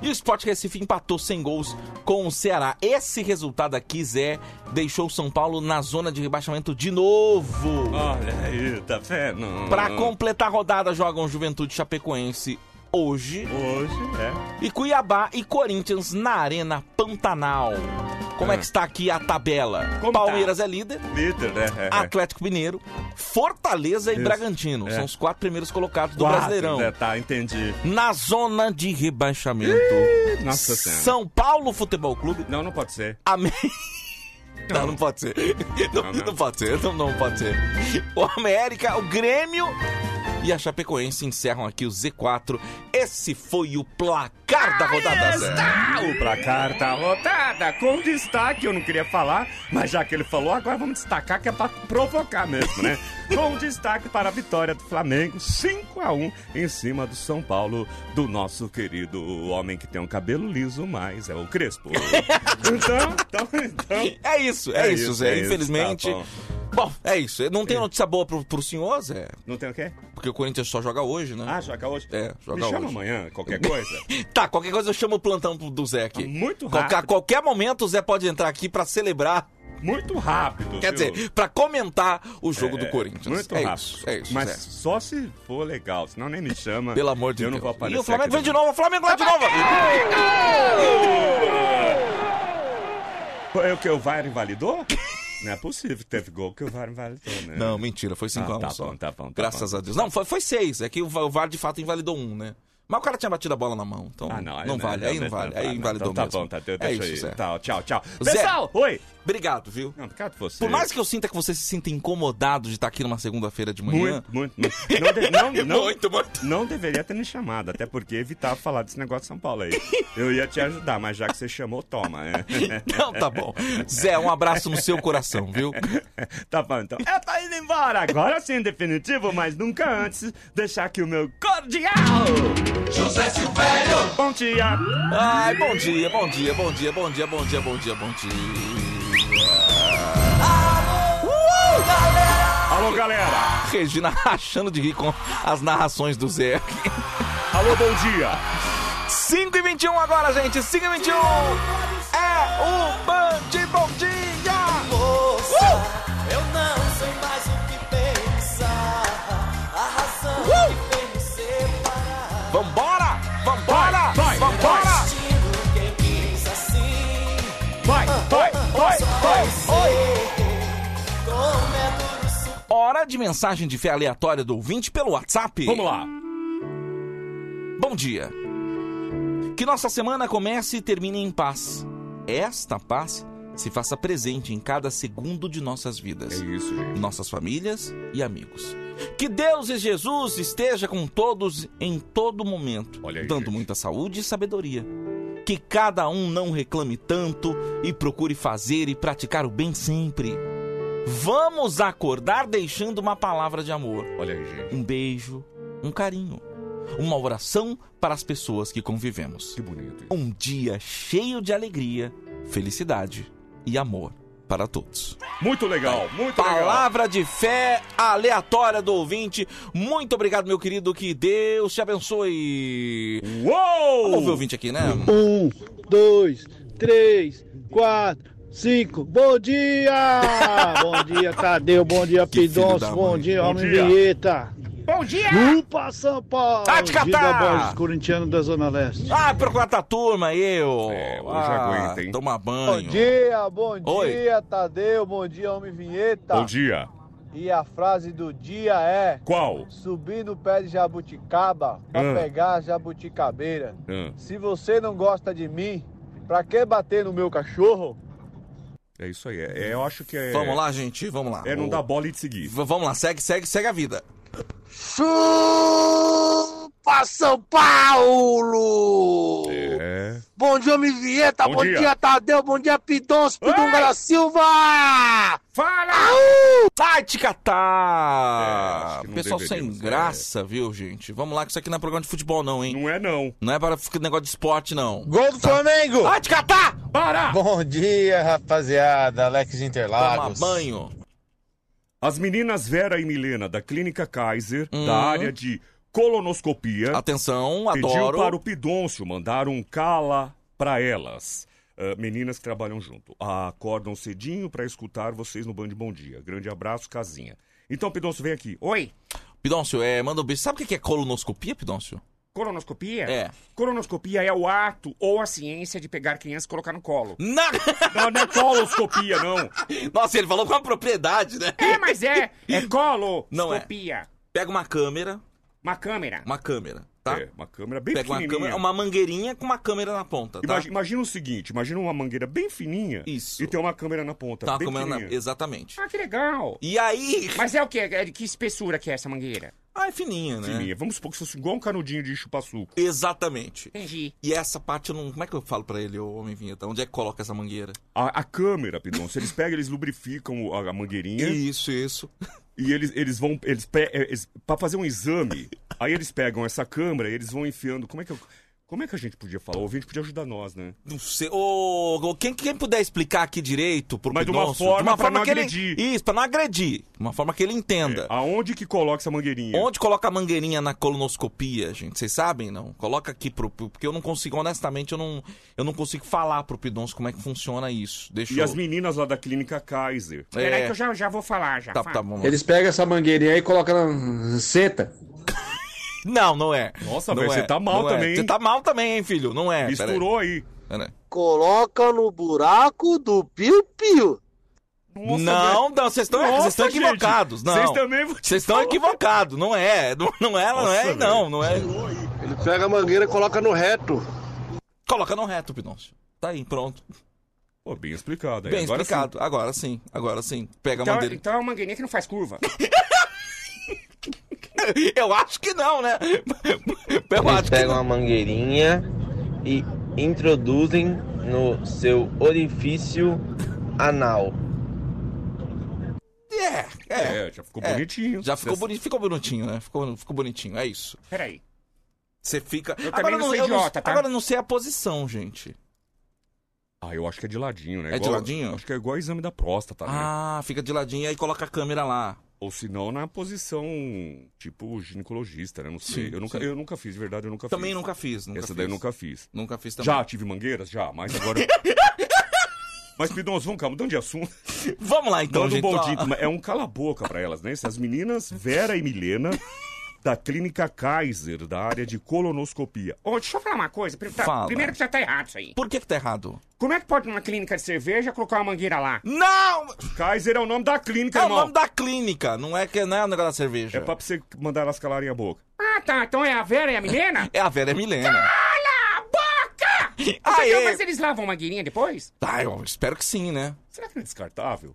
Speaker 2: e o Sport Recife empatou sem gols com o Ceará. Esse resultado aqui, Zé, deixou o São Paulo na zona de rebaixamento de novo.
Speaker 11: Olha aí, tá vendo?
Speaker 2: Pra completar a rodada, jogam Juventude e Chapecoense hoje.
Speaker 11: Hoje, é.
Speaker 2: E Cuiabá e Corinthians na Arena Pantanal. Como é,
Speaker 11: Ah.
Speaker 2: que está aqui a tabela?
Speaker 11: Como tá?
Speaker 2: Palmeiras é líder,
Speaker 11: Líder, né? É, é.
Speaker 2: Atlético Mineiro, Fortaleza e
Speaker 11: Isso.
Speaker 2: Bragantino.
Speaker 11: É.
Speaker 2: São os quatro primeiros colocados do
Speaker 11: Quatro,
Speaker 2: Brasileirão.
Speaker 11: né? Tá, entendi.
Speaker 2: Na zona de rebaixamento.
Speaker 11: Nossa Senhora.
Speaker 2: São Paulo Futebol Clube.
Speaker 11: Não, não pode ser.
Speaker 2: Amém. Não, não pode ser. Não,
Speaker 11: Não, não.
Speaker 2: não pode ser. Não, não pode ser. O América, o Grêmio e a Chapecoense encerram aqui o Z4. Esse foi o placar da rodada. Zé.
Speaker 11: Tá, o placar tá rodada com destaque. Eu não queria falar, mas já que ele falou, agora vamos destacar que é pra provocar mesmo, né? com destaque para a vitória do Flamengo, 5 a 1 em cima do São Paulo, do nosso querido homem que tem um cabelo liso, mas é o Crespo. então, então, então.
Speaker 2: É isso, é,
Speaker 11: É
Speaker 2: isso,
Speaker 11: isso,
Speaker 2: Zé.
Speaker 11: é isso,
Speaker 2: Infelizmente.
Speaker 11: tá bom.
Speaker 2: bom. é isso. Não tem notícia boa pro, pro senhor, Zé?
Speaker 11: Não tem o quê?
Speaker 2: Porque o Corinthians só joga hoje, né?
Speaker 11: Ah, joga hoje?
Speaker 2: É, joga
Speaker 11: Me chama
Speaker 2: hoje.
Speaker 11: amanhã, qualquer coisa.
Speaker 2: Tá, qualquer coisa eu chamo o plantão do- do Zé aqui.
Speaker 11: Ah, Muito
Speaker 2: Qualquer- A
Speaker 11: rápido.
Speaker 2: qualquer momento o Zé pode entrar aqui pra celebrar.
Speaker 11: Muito rápido.
Speaker 2: Quer
Speaker 11: viu?
Speaker 2: dizer, pra comentar o jogo
Speaker 11: É,
Speaker 2: do Corinthians.
Speaker 11: Muito
Speaker 2: é
Speaker 11: rápido.
Speaker 2: isso, é isso.
Speaker 11: Mas
Speaker 2: Zé.
Speaker 11: só se for legal, senão nem me chama.
Speaker 2: Pelo amor de
Speaker 11: eu
Speaker 2: Deus.
Speaker 11: não vou aparecer.
Speaker 2: e o Flamengo
Speaker 11: aqui
Speaker 2: vem de
Speaker 11: também.
Speaker 2: novo, o Flamengo lá de novo.
Speaker 11: Foi É o que o VAR invalidou? não é possível, teve gol que o VAR invalidou, né?
Speaker 2: Não, mentira, foi 5x1
Speaker 11: Ah, tá
Speaker 2: só.
Speaker 11: bom, tá bom, tá
Speaker 2: Graças
Speaker 11: bom.
Speaker 2: a Deus. Não, foi, foi 6. É que o Va- o VAR de fato invalidou um, né? Mas o cara tinha batido a bola na mão, então
Speaker 11: Ah,
Speaker 2: não,
Speaker 11: aí
Speaker 2: vale, aí não vale, aí
Speaker 11: não.
Speaker 2: invalidou
Speaker 11: então,
Speaker 2: mesmo.
Speaker 11: Tá bom, tá,
Speaker 2: é
Speaker 11: deixa
Speaker 2: isso,
Speaker 11: aí.
Speaker 2: Zé.
Speaker 11: Tá, tchau, tchau.
Speaker 2: Zé,
Speaker 11: Pessoal, oi!
Speaker 2: Obrigado, viu?
Speaker 11: Não, obrigado você.
Speaker 2: Por mais que eu sinta que você se sinta incomodado de estar aqui numa segunda-feira de manhã,
Speaker 11: Muito, muito, muito. Não, de- não, não,
Speaker 2: Muito, muito.
Speaker 11: não deveria ter me chamado, até porque evitava falar desse negócio de São Paulo aí. Eu ia te ajudar, mas já que você chamou, toma. né?
Speaker 2: Não, tá bom. Zé, um abraço no seu coração, viu?
Speaker 11: Tá bom, então. Eu tô indo embora, agora sim, definitivo, mas nunca antes deixar aqui o meu cordial
Speaker 5: José Silvério.
Speaker 2: Bom dia. Ai, bom dia, bom dia, bom dia, bom dia, bom dia, bom dia, bom dia.
Speaker 11: Alô, galera!
Speaker 2: Regina rachando de rir com as narrações do Zé. aqui.
Speaker 11: Alô, bom dia!
Speaker 2: 5 e 21 agora, gente! 5 e 21! É o Band Bom Dia! Uh!
Speaker 5: Eu não sei mais o que pensar. A razão que fez me separar.
Speaker 2: Uh! Vambora! Vambora!
Speaker 5: Vai, vai,
Speaker 2: vambora!
Speaker 5: vai. Quem quis assim.
Speaker 2: Vai, vai, vai, vai, Hora de mensagem de fé aleatória do ouvinte pelo WhatsApp.
Speaker 11: Vamos lá.
Speaker 2: Bom dia. Que nossa semana comece e termine em paz. Esta paz se faça presente em cada segundo de nossas vidas. É
Speaker 11: isso, gente.
Speaker 2: Nossas famílias e amigos. Que Deus e Jesus esteja com todos em todo momento, dando muita saúde e sabedoria. Que cada um não reclame tanto e procure fazer e praticar o bem sempre. Vamos acordar deixando uma palavra de amor.
Speaker 11: Olha aí, gente.
Speaker 2: Um beijo, um carinho, uma oração para as pessoas que convivemos. Que
Speaker 11: bonito.
Speaker 2: Um dia cheio de alegria, felicidade e amor para todos.
Speaker 11: Muito legal, muito legal.
Speaker 2: Palavra de fé aleatória do ouvinte. Muito obrigado, meu querido. Que Deus te abençoe.
Speaker 11: Uou!
Speaker 2: Vamos ver o ouvinte aqui, né?
Speaker 11: Hum.
Speaker 10: Um, dois, três, quatro, cinco. Bom dia! bom dia, Cadê? Bom dia, Pidonço.
Speaker 2: da
Speaker 10: Bom
Speaker 2: mãe.
Speaker 10: dia,
Speaker 2: Bom
Speaker 10: Homem
Speaker 2: dia.
Speaker 10: Vinheta.
Speaker 2: Bom dia!
Speaker 10: Lupa São Paulo!
Speaker 2: Vai te catar!
Speaker 10: Giga Borges, corintiano da Zona Leste.
Speaker 2: Ah, procura a turma, eu. É,
Speaker 11: hoje aguenta, hein?
Speaker 2: Toma banho.
Speaker 12: Bom dia, bom
Speaker 2: Oi.
Speaker 12: dia, Tadeu, bom dia, Homem Vinheta.
Speaker 11: Bom dia.
Speaker 12: E a frase do dia é:
Speaker 11: Qual?
Speaker 12: Subir no pé de jabuticaba pra
Speaker 11: Ah.
Speaker 12: pegar a jabuticabeira.
Speaker 11: Ah,
Speaker 12: Se você não gosta de mim, pra que bater no meu cachorro?
Speaker 11: é isso aí. É, é, eu acho que é.
Speaker 2: Vamos lá, gente, vamos lá.
Speaker 11: É não
Speaker 2: O-
Speaker 11: dar bola e te seguir.
Speaker 2: V- Vamos lá, segue, segue, segue a vida.
Speaker 7: Chupa São Paulo!
Speaker 11: É.
Speaker 7: Bom dia, homem Vinheta.
Speaker 11: Bom
Speaker 7: Bom,
Speaker 11: dia.
Speaker 7: dia. Tadeu. Bom dia, Pidonço. Pidonga da Silva.
Speaker 11: Fala!
Speaker 2: Sai te catar!
Speaker 11: É, acho que não
Speaker 2: Pessoal sem
Speaker 11: deveríamos, é.
Speaker 2: graça, viu, gente? Vamos lá, que isso aqui não é programa de futebol, não, hein?
Speaker 11: Não é, não.
Speaker 2: Não é para ficar negócio de esporte, não.
Speaker 12: Gol do Flamengo!
Speaker 2: Sai te catar!
Speaker 11: Para!
Speaker 12: Bom dia, rapaziada. Alex de
Speaker 2: Toma
Speaker 12: Interlagos.
Speaker 2: banho.
Speaker 11: As meninas Vera e Milena da Clínica Kaiser, da área de colonoscopia,
Speaker 2: Atenção,
Speaker 11: É. pediu
Speaker 2: adoro.
Speaker 11: para o Pidôncio mandar um cala para elas. Ah, meninas que trabalham junto. Ah, acordam cedinho para escutar vocês no Band Bom Dia. Grande abraço, casinha. Então, Pidoncio, vem aqui. Oi,
Speaker 2: Pidoncio, é, manda um beijo. Sabe o que é colonoscopia, Pidoncio?
Speaker 11: colonoscopia?
Speaker 2: É.
Speaker 11: Colonoscopia é o ato ou a ciência de pegar criança e colocar no colo.
Speaker 2: Na...
Speaker 11: Não, não é coloscopia, não.
Speaker 2: Nossa, ele falou com uma propriedade, né?
Speaker 11: É, mas é. É
Speaker 2: Não é.
Speaker 11: coloscopia.
Speaker 2: Pega uma câmera,
Speaker 11: Uma câmera.
Speaker 2: uma câmera, tá?
Speaker 11: É, uma câmera bem
Speaker 2: Pega uma
Speaker 11: pequenininha.
Speaker 2: câmera, é uma mangueirinha com uma câmera na ponta, tá?
Speaker 11: Imagi- Imagina o seguinte, imagina uma mangueira bem fininha
Speaker 2: Isso.
Speaker 11: e tem uma câmera na ponta,
Speaker 2: Tá,
Speaker 11: bem
Speaker 2: como é na...
Speaker 11: fininha.
Speaker 2: Exatamente.
Speaker 11: Ah, que legal.
Speaker 2: E aí...
Speaker 11: Mas é o quê? É de que espessura que é essa mangueira?
Speaker 2: Ah, é fininha, né?
Speaker 11: Fininha. Vamos supor que fosse igual um canudinho de chupa-suco.
Speaker 2: Exatamente.
Speaker 11: Entendi.
Speaker 2: E essa parte eu não... Como é que eu falo pra ele, ô homem vinheta? Onde é que coloca essa mangueira?
Speaker 11: A, a câmera, Pidon, se eles pegam, eles lubrificam o- a, a mangueirinha
Speaker 2: Isso, isso.
Speaker 11: e eles, eles vão... Eles, pe- é, eles, pra fazer um exame, aí eles pegam essa câmera e eles vão enfiando... Como é que eu... Como é que a gente podia falar? O ouvinte podia ajudar nós, né?
Speaker 2: Não sei. Ô, ô, quem, quem puder explicar aqui direito pro
Speaker 11: Mas de uma
Speaker 2: Pidoncio,
Speaker 11: forma pra não
Speaker 2: que ele-
Speaker 11: agredir. É,
Speaker 2: Isso, pra não agredir. De Uma forma que ele entenda.
Speaker 11: Aonde que coloca essa mangueirinha?
Speaker 2: É. Onde coloca a mangueirinha na colonoscopia, gente? Vocês sabem, não? Coloca aqui pro, pro- Porque eu não consigo, honestamente, eu não, eu não consigo falar pro Pidoncio como é que funciona isso. Deixa
Speaker 11: E
Speaker 2: eu...
Speaker 11: as meninas lá da clínica Kaiser.
Speaker 2: É. Peraí que eu
Speaker 11: já, já vou falar, já.
Speaker 2: Tá, tá, vamos lá.
Speaker 13: Eles pegam essa mangueirinha e colocam na seta.
Speaker 2: Não, não é.
Speaker 11: Nossa,
Speaker 2: Não
Speaker 11: velho,
Speaker 2: é,
Speaker 11: você tá mal
Speaker 2: não é.
Speaker 11: também,
Speaker 2: Você
Speaker 11: hein?
Speaker 2: tá mal também, hein, filho? Não é.
Speaker 11: Misturou aí.
Speaker 2: Peraí, peraí.
Speaker 10: Coloca no buraco do piu-piu.
Speaker 11: Nossa, velho.
Speaker 2: não, não, vocês estão
Speaker 11: Nossa,
Speaker 2: vocês estão
Speaker 11: gente,
Speaker 2: equivocados. Não.
Speaker 11: Vocês também vão te
Speaker 2: Vocês estão
Speaker 11: falar.
Speaker 2: equivocados, não é. Não, não é, não
Speaker 11: Nossa,
Speaker 2: é, e
Speaker 11: velho.
Speaker 2: não, não é.
Speaker 12: Ele pega a mangueira e coloca no reto.
Speaker 2: Coloca no reto, Pidoncio. Tá aí, pronto.
Speaker 11: Pô, bem explicado. hein?
Speaker 2: Bem
Speaker 11: Agora
Speaker 2: explicado. Agora sim, agora sim. Pega a mangueira.
Speaker 11: é uma mangueirinha que não faz curva.
Speaker 2: Eu acho que não, né? Eu
Speaker 14: Eles
Speaker 2: acho que
Speaker 14: pegam
Speaker 2: não.
Speaker 14: a mangueirinha e introduzem no seu orifício anal.
Speaker 2: É, é.
Speaker 11: É, já ficou
Speaker 2: É,
Speaker 11: bonitinho.
Speaker 2: Já ficou
Speaker 11: Cês-
Speaker 2: bonito, ficou bonitinho, né? Ficou, ficou bonitinho, é isso.
Speaker 11: Peraí.
Speaker 2: Você fica.
Speaker 15: Eu também não sou
Speaker 2: eu
Speaker 15: idiota, tá?
Speaker 2: Agora eu não sei a posição, gente.
Speaker 11: Ah, eu acho que é de ladinho, né?
Speaker 2: É de
Speaker 11: Igual-
Speaker 2: ladinho?
Speaker 11: Acho que é igual exame da próstata, né?
Speaker 2: Ah, fica de ladinho e aí coloca a câmera lá.
Speaker 11: Ou se não, na posição tipo ginecologista, né? Não sei.
Speaker 2: Sim,
Speaker 11: eu, nunca,
Speaker 2: sim.
Speaker 11: eu nunca fiz, de verdade, eu nunca
Speaker 2: Também
Speaker 11: fiz.
Speaker 2: nunca fiz, nunca
Speaker 11: Essa daí eu
Speaker 2: fiz.
Speaker 11: nunca fiz.
Speaker 2: Nunca fiz também.
Speaker 11: Já tive mangueiras? Já, mas agora. mas, Pidons, vamos cá, mudando de é assunto.
Speaker 2: Vamos lá, então,
Speaker 11: Manda um
Speaker 2: gente,
Speaker 11: bom
Speaker 2: ó.
Speaker 11: dia, mas é um cala-boca pra elas, né? Essas meninas, Vera e Milena, da clínica Kaiser, da área de colonoscopia.
Speaker 15: Ô, deixa eu falar uma coisa. Pri- tá-
Speaker 11: Fala.
Speaker 15: Primeiro que já tá errado isso aí.
Speaker 2: Por que, que tá errado?
Speaker 15: Como é que pode numa clínica de cerveja colocar uma mangueira lá?
Speaker 2: Não!
Speaker 11: Kaiser é o nome da clínica,
Speaker 2: É
Speaker 11: irmão.
Speaker 2: o nome da clínica, não é que não é o negócio da cerveja.
Speaker 11: É pra você mandar elas calarem a boca.
Speaker 15: Ah, tá. Então é a Vera e a Milena?
Speaker 2: É a Vera Milena.
Speaker 15: Cala a boca!
Speaker 2: Aê!
Speaker 15: Então, mas eles lavam a mangueirinha depois?
Speaker 2: Tá, eu espero que sim, né?
Speaker 11: Será que é descartável?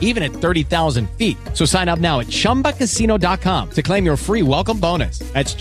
Speaker 16: even at 30,000 feet. So sign up now at chumbacasino.com to claim your free welcome bonus. That's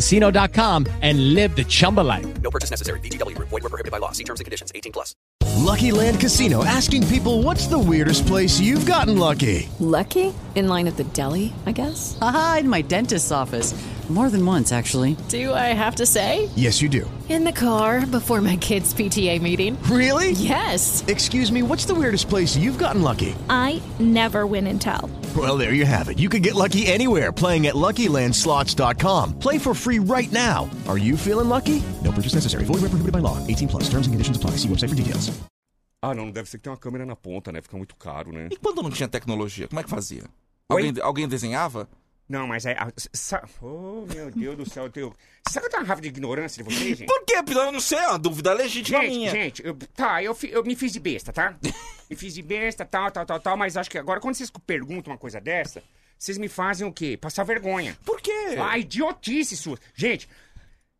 Speaker 16: chumbacasino.com and live the Chumba life.
Speaker 17: No purchase necessary. VGW Group. Void were prohibited by law. See terms and conditions. 18 plus.
Speaker 18: Lucky Land Casino asking people what's the weirdest place you've gotten lucky?
Speaker 1: Lucky? In line at the deli, I guess?
Speaker 19: Aha, in my dentist's office. More than once, actually.
Speaker 20: Do I have to say?
Speaker 18: Yes, you do.
Speaker 20: In the car before my kids' PTA meeting.
Speaker 18: Really?
Speaker 20: Yes.
Speaker 18: Excuse me, what's the weirdest place you've gotten lucky?
Speaker 21: I never win and tell.
Speaker 18: Well, there you have it. You can get lucky anywhere playing at LuckyLandSlots.com. Play for free right now. Are you feeling lucky? No purchase necessary. Void where prohibited by law. 18 plus. Terms and conditions apply. See website for details.
Speaker 11: Ah, não, deve ser que tem uma câmera na ponta, né? Fica muito caro, né?
Speaker 2: E quando não tinha tecnologia, como é que fazia? Alguém, alguém desenhava?
Speaker 15: Não, mas é.
Speaker 2: Por
Speaker 15: Meu Deus do céu, eu tenho. Será que eu tenho uma raiva de ignorância de vocês, gente?
Speaker 2: que, Pidão? Eu não sei, é uma dúvida legítima
Speaker 15: Gente,
Speaker 2: minha.
Speaker 15: gente, eu- tá, eu, fi- eu me fiz de besta, tá? Me fiz de besta, tal, tal, tal, tal, mas acho que agora, quando vocês perguntam uma coisa dessa, vocês me fazem o quê? Passar vergonha.
Speaker 2: Por
Speaker 11: É.
Speaker 2: quê?
Speaker 15: Ah, idiotice sua. Gente,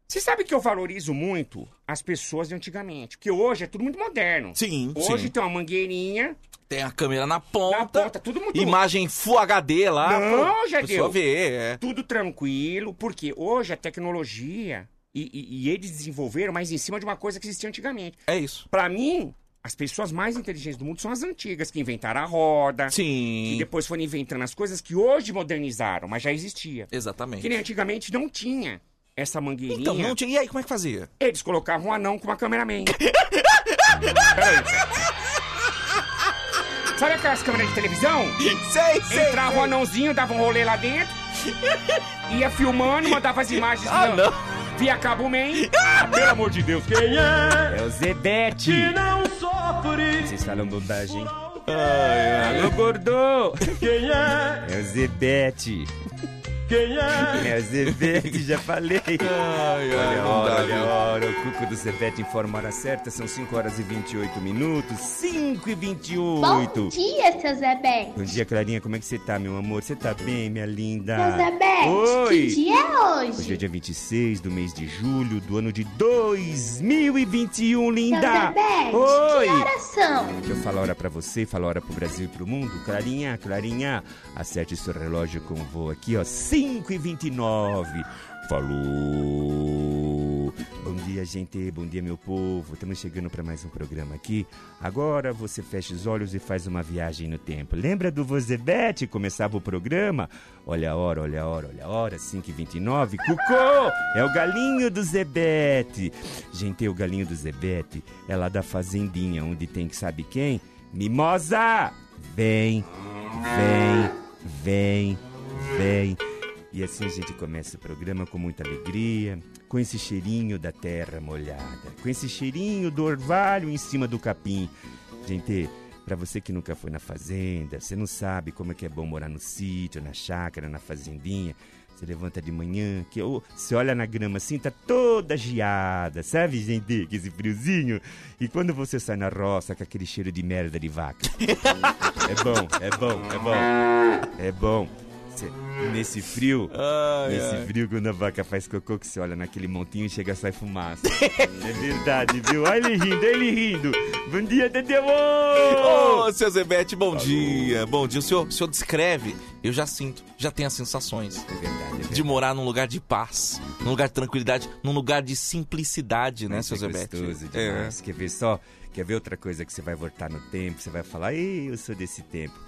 Speaker 15: você sabe que eu valorizo muito as pessoas de antigamente, porque hoje é tudo muito moderno.
Speaker 2: Sim,
Speaker 15: Hoje
Speaker 2: sim.
Speaker 15: tem uma mangueirinha.
Speaker 2: Tem a câmera na ponta.
Speaker 15: tudo muito-
Speaker 2: Imagem Full HD lá.
Speaker 15: Não,
Speaker 2: pô,
Speaker 15: já
Speaker 2: a pessoa
Speaker 15: deu.
Speaker 2: vê, é.
Speaker 15: Tudo tranquilo, porque hoje a tecnologia e, e- e eles desenvolveram, mas em cima de uma coisa que existia antigamente.
Speaker 2: É isso.
Speaker 15: Pra mim, as pessoas mais inteligentes do mundo são as antigas, que inventaram a roda. Sim. É. Que depois foram inventando as coisas que hoje modernizaram, mas já existia.
Speaker 2: Exatamente.
Speaker 15: Que nem antigamente não tinha essa mangueirinha.
Speaker 2: Então, não tinha. E aí, como é que fazia?
Speaker 15: Eles colocavam um anão com uma cameraman. Sabe aquelas câmeras de televisão?
Speaker 2: Sei,
Speaker 15: sei. Entrava um anãozinho, dava um rolê lá dentro, ia filmando, mandava as imagens.
Speaker 2: Ah,
Speaker 15: no-
Speaker 2: não.
Speaker 15: Via Cabo Man. Pelo amor de Deus, quem é? É o Zebete.
Speaker 5: Que não sofre.
Speaker 15: Vocês falam bobagem. Alô, gordô.
Speaker 5: Quem é?
Speaker 15: É o Zebete.
Speaker 5: Quem é?
Speaker 15: É o Zebete, já falei. olha a
Speaker 5: não dá,
Speaker 15: hora, olha
Speaker 5: viu?
Speaker 15: a hora. O cuco do Zebete informa a hora certa. São 5 horas e 28 minutos. 5 e 28.
Speaker 22: Bom dia, seu Zé Bem.
Speaker 15: Bom dia, Clarinha. Como é que você tá, meu amor? Você tá bem, minha linda?
Speaker 22: Seu Zé Bem,
Speaker 15: Oi.
Speaker 22: que dia é hoje?
Speaker 15: Hoje é dia 26 do mês de julho do ano de 2021,
Speaker 22: Seu Zé
Speaker 15: linda!
Speaker 22: Bem,
Speaker 15: Oi!
Speaker 22: que horas são?
Speaker 15: Deixa eu falar hora pra você, falar hora pro Brasil e pro mundo. Clarinha, Clarinha, acerte seu relógio com o voo aqui, ó, 5 e 29 Falou! Bom dia, gente, bom dia, meu povo. Estamos chegando pra mais um programa aqui. Agora você fecha os olhos e faz uma viagem no tempo. Lembra do Vozebete? Começava o programa? Olha a hora, olha a hora, olha a hora, 5 e 29 Cucô! É o galinho do Zebete! Gente, o galinho do Zebete é lá da fazendinha, onde tem que sabe quem? Mimosa! Vem, vem, vem, vem. E assim a gente começa o programa com muita alegria, com esse cheirinho da terra molhada, com esse cheirinho do orvalho em cima do capim. Gente, pra você que nunca foi na fazenda, você não sabe como é que é bom morar no sítio, na chácara, na fazendinha. Você levanta de manhã, que ou você olha na grama assim, tá toda geada, sabe, gente? Que esse friozinho. E quando você sai na roça com aquele cheiro de merda de vaca. É bom, é bom, é bom. É bom. Cê- nesse frio,
Speaker 2: Ai,
Speaker 15: nesse
Speaker 2: ai.
Speaker 15: frio, quando a vaca faz cocô, que você olha naquele montinho e chega sai fumaça. é verdade, viu? Olha ele rindo, olha ele rindo. Bom dia, Tadeu!
Speaker 2: Ô, seu Zebete, bom dia. Bom dia. O senhor, o senhor descreve, eu já sinto, já tenho as sensações.
Speaker 15: É
Speaker 2: De morar num lugar de paz, num lugar de tranquilidade, num lugar de simplicidade, né,
Speaker 15: Nossa,
Speaker 2: seu
Speaker 15: é
Speaker 2: Zebete?
Speaker 15: gostoso demais. Quer ver só? Quer ver outra coisa que você vai voltar no tempo? Você vai falar, ei, eu sou desse tempo.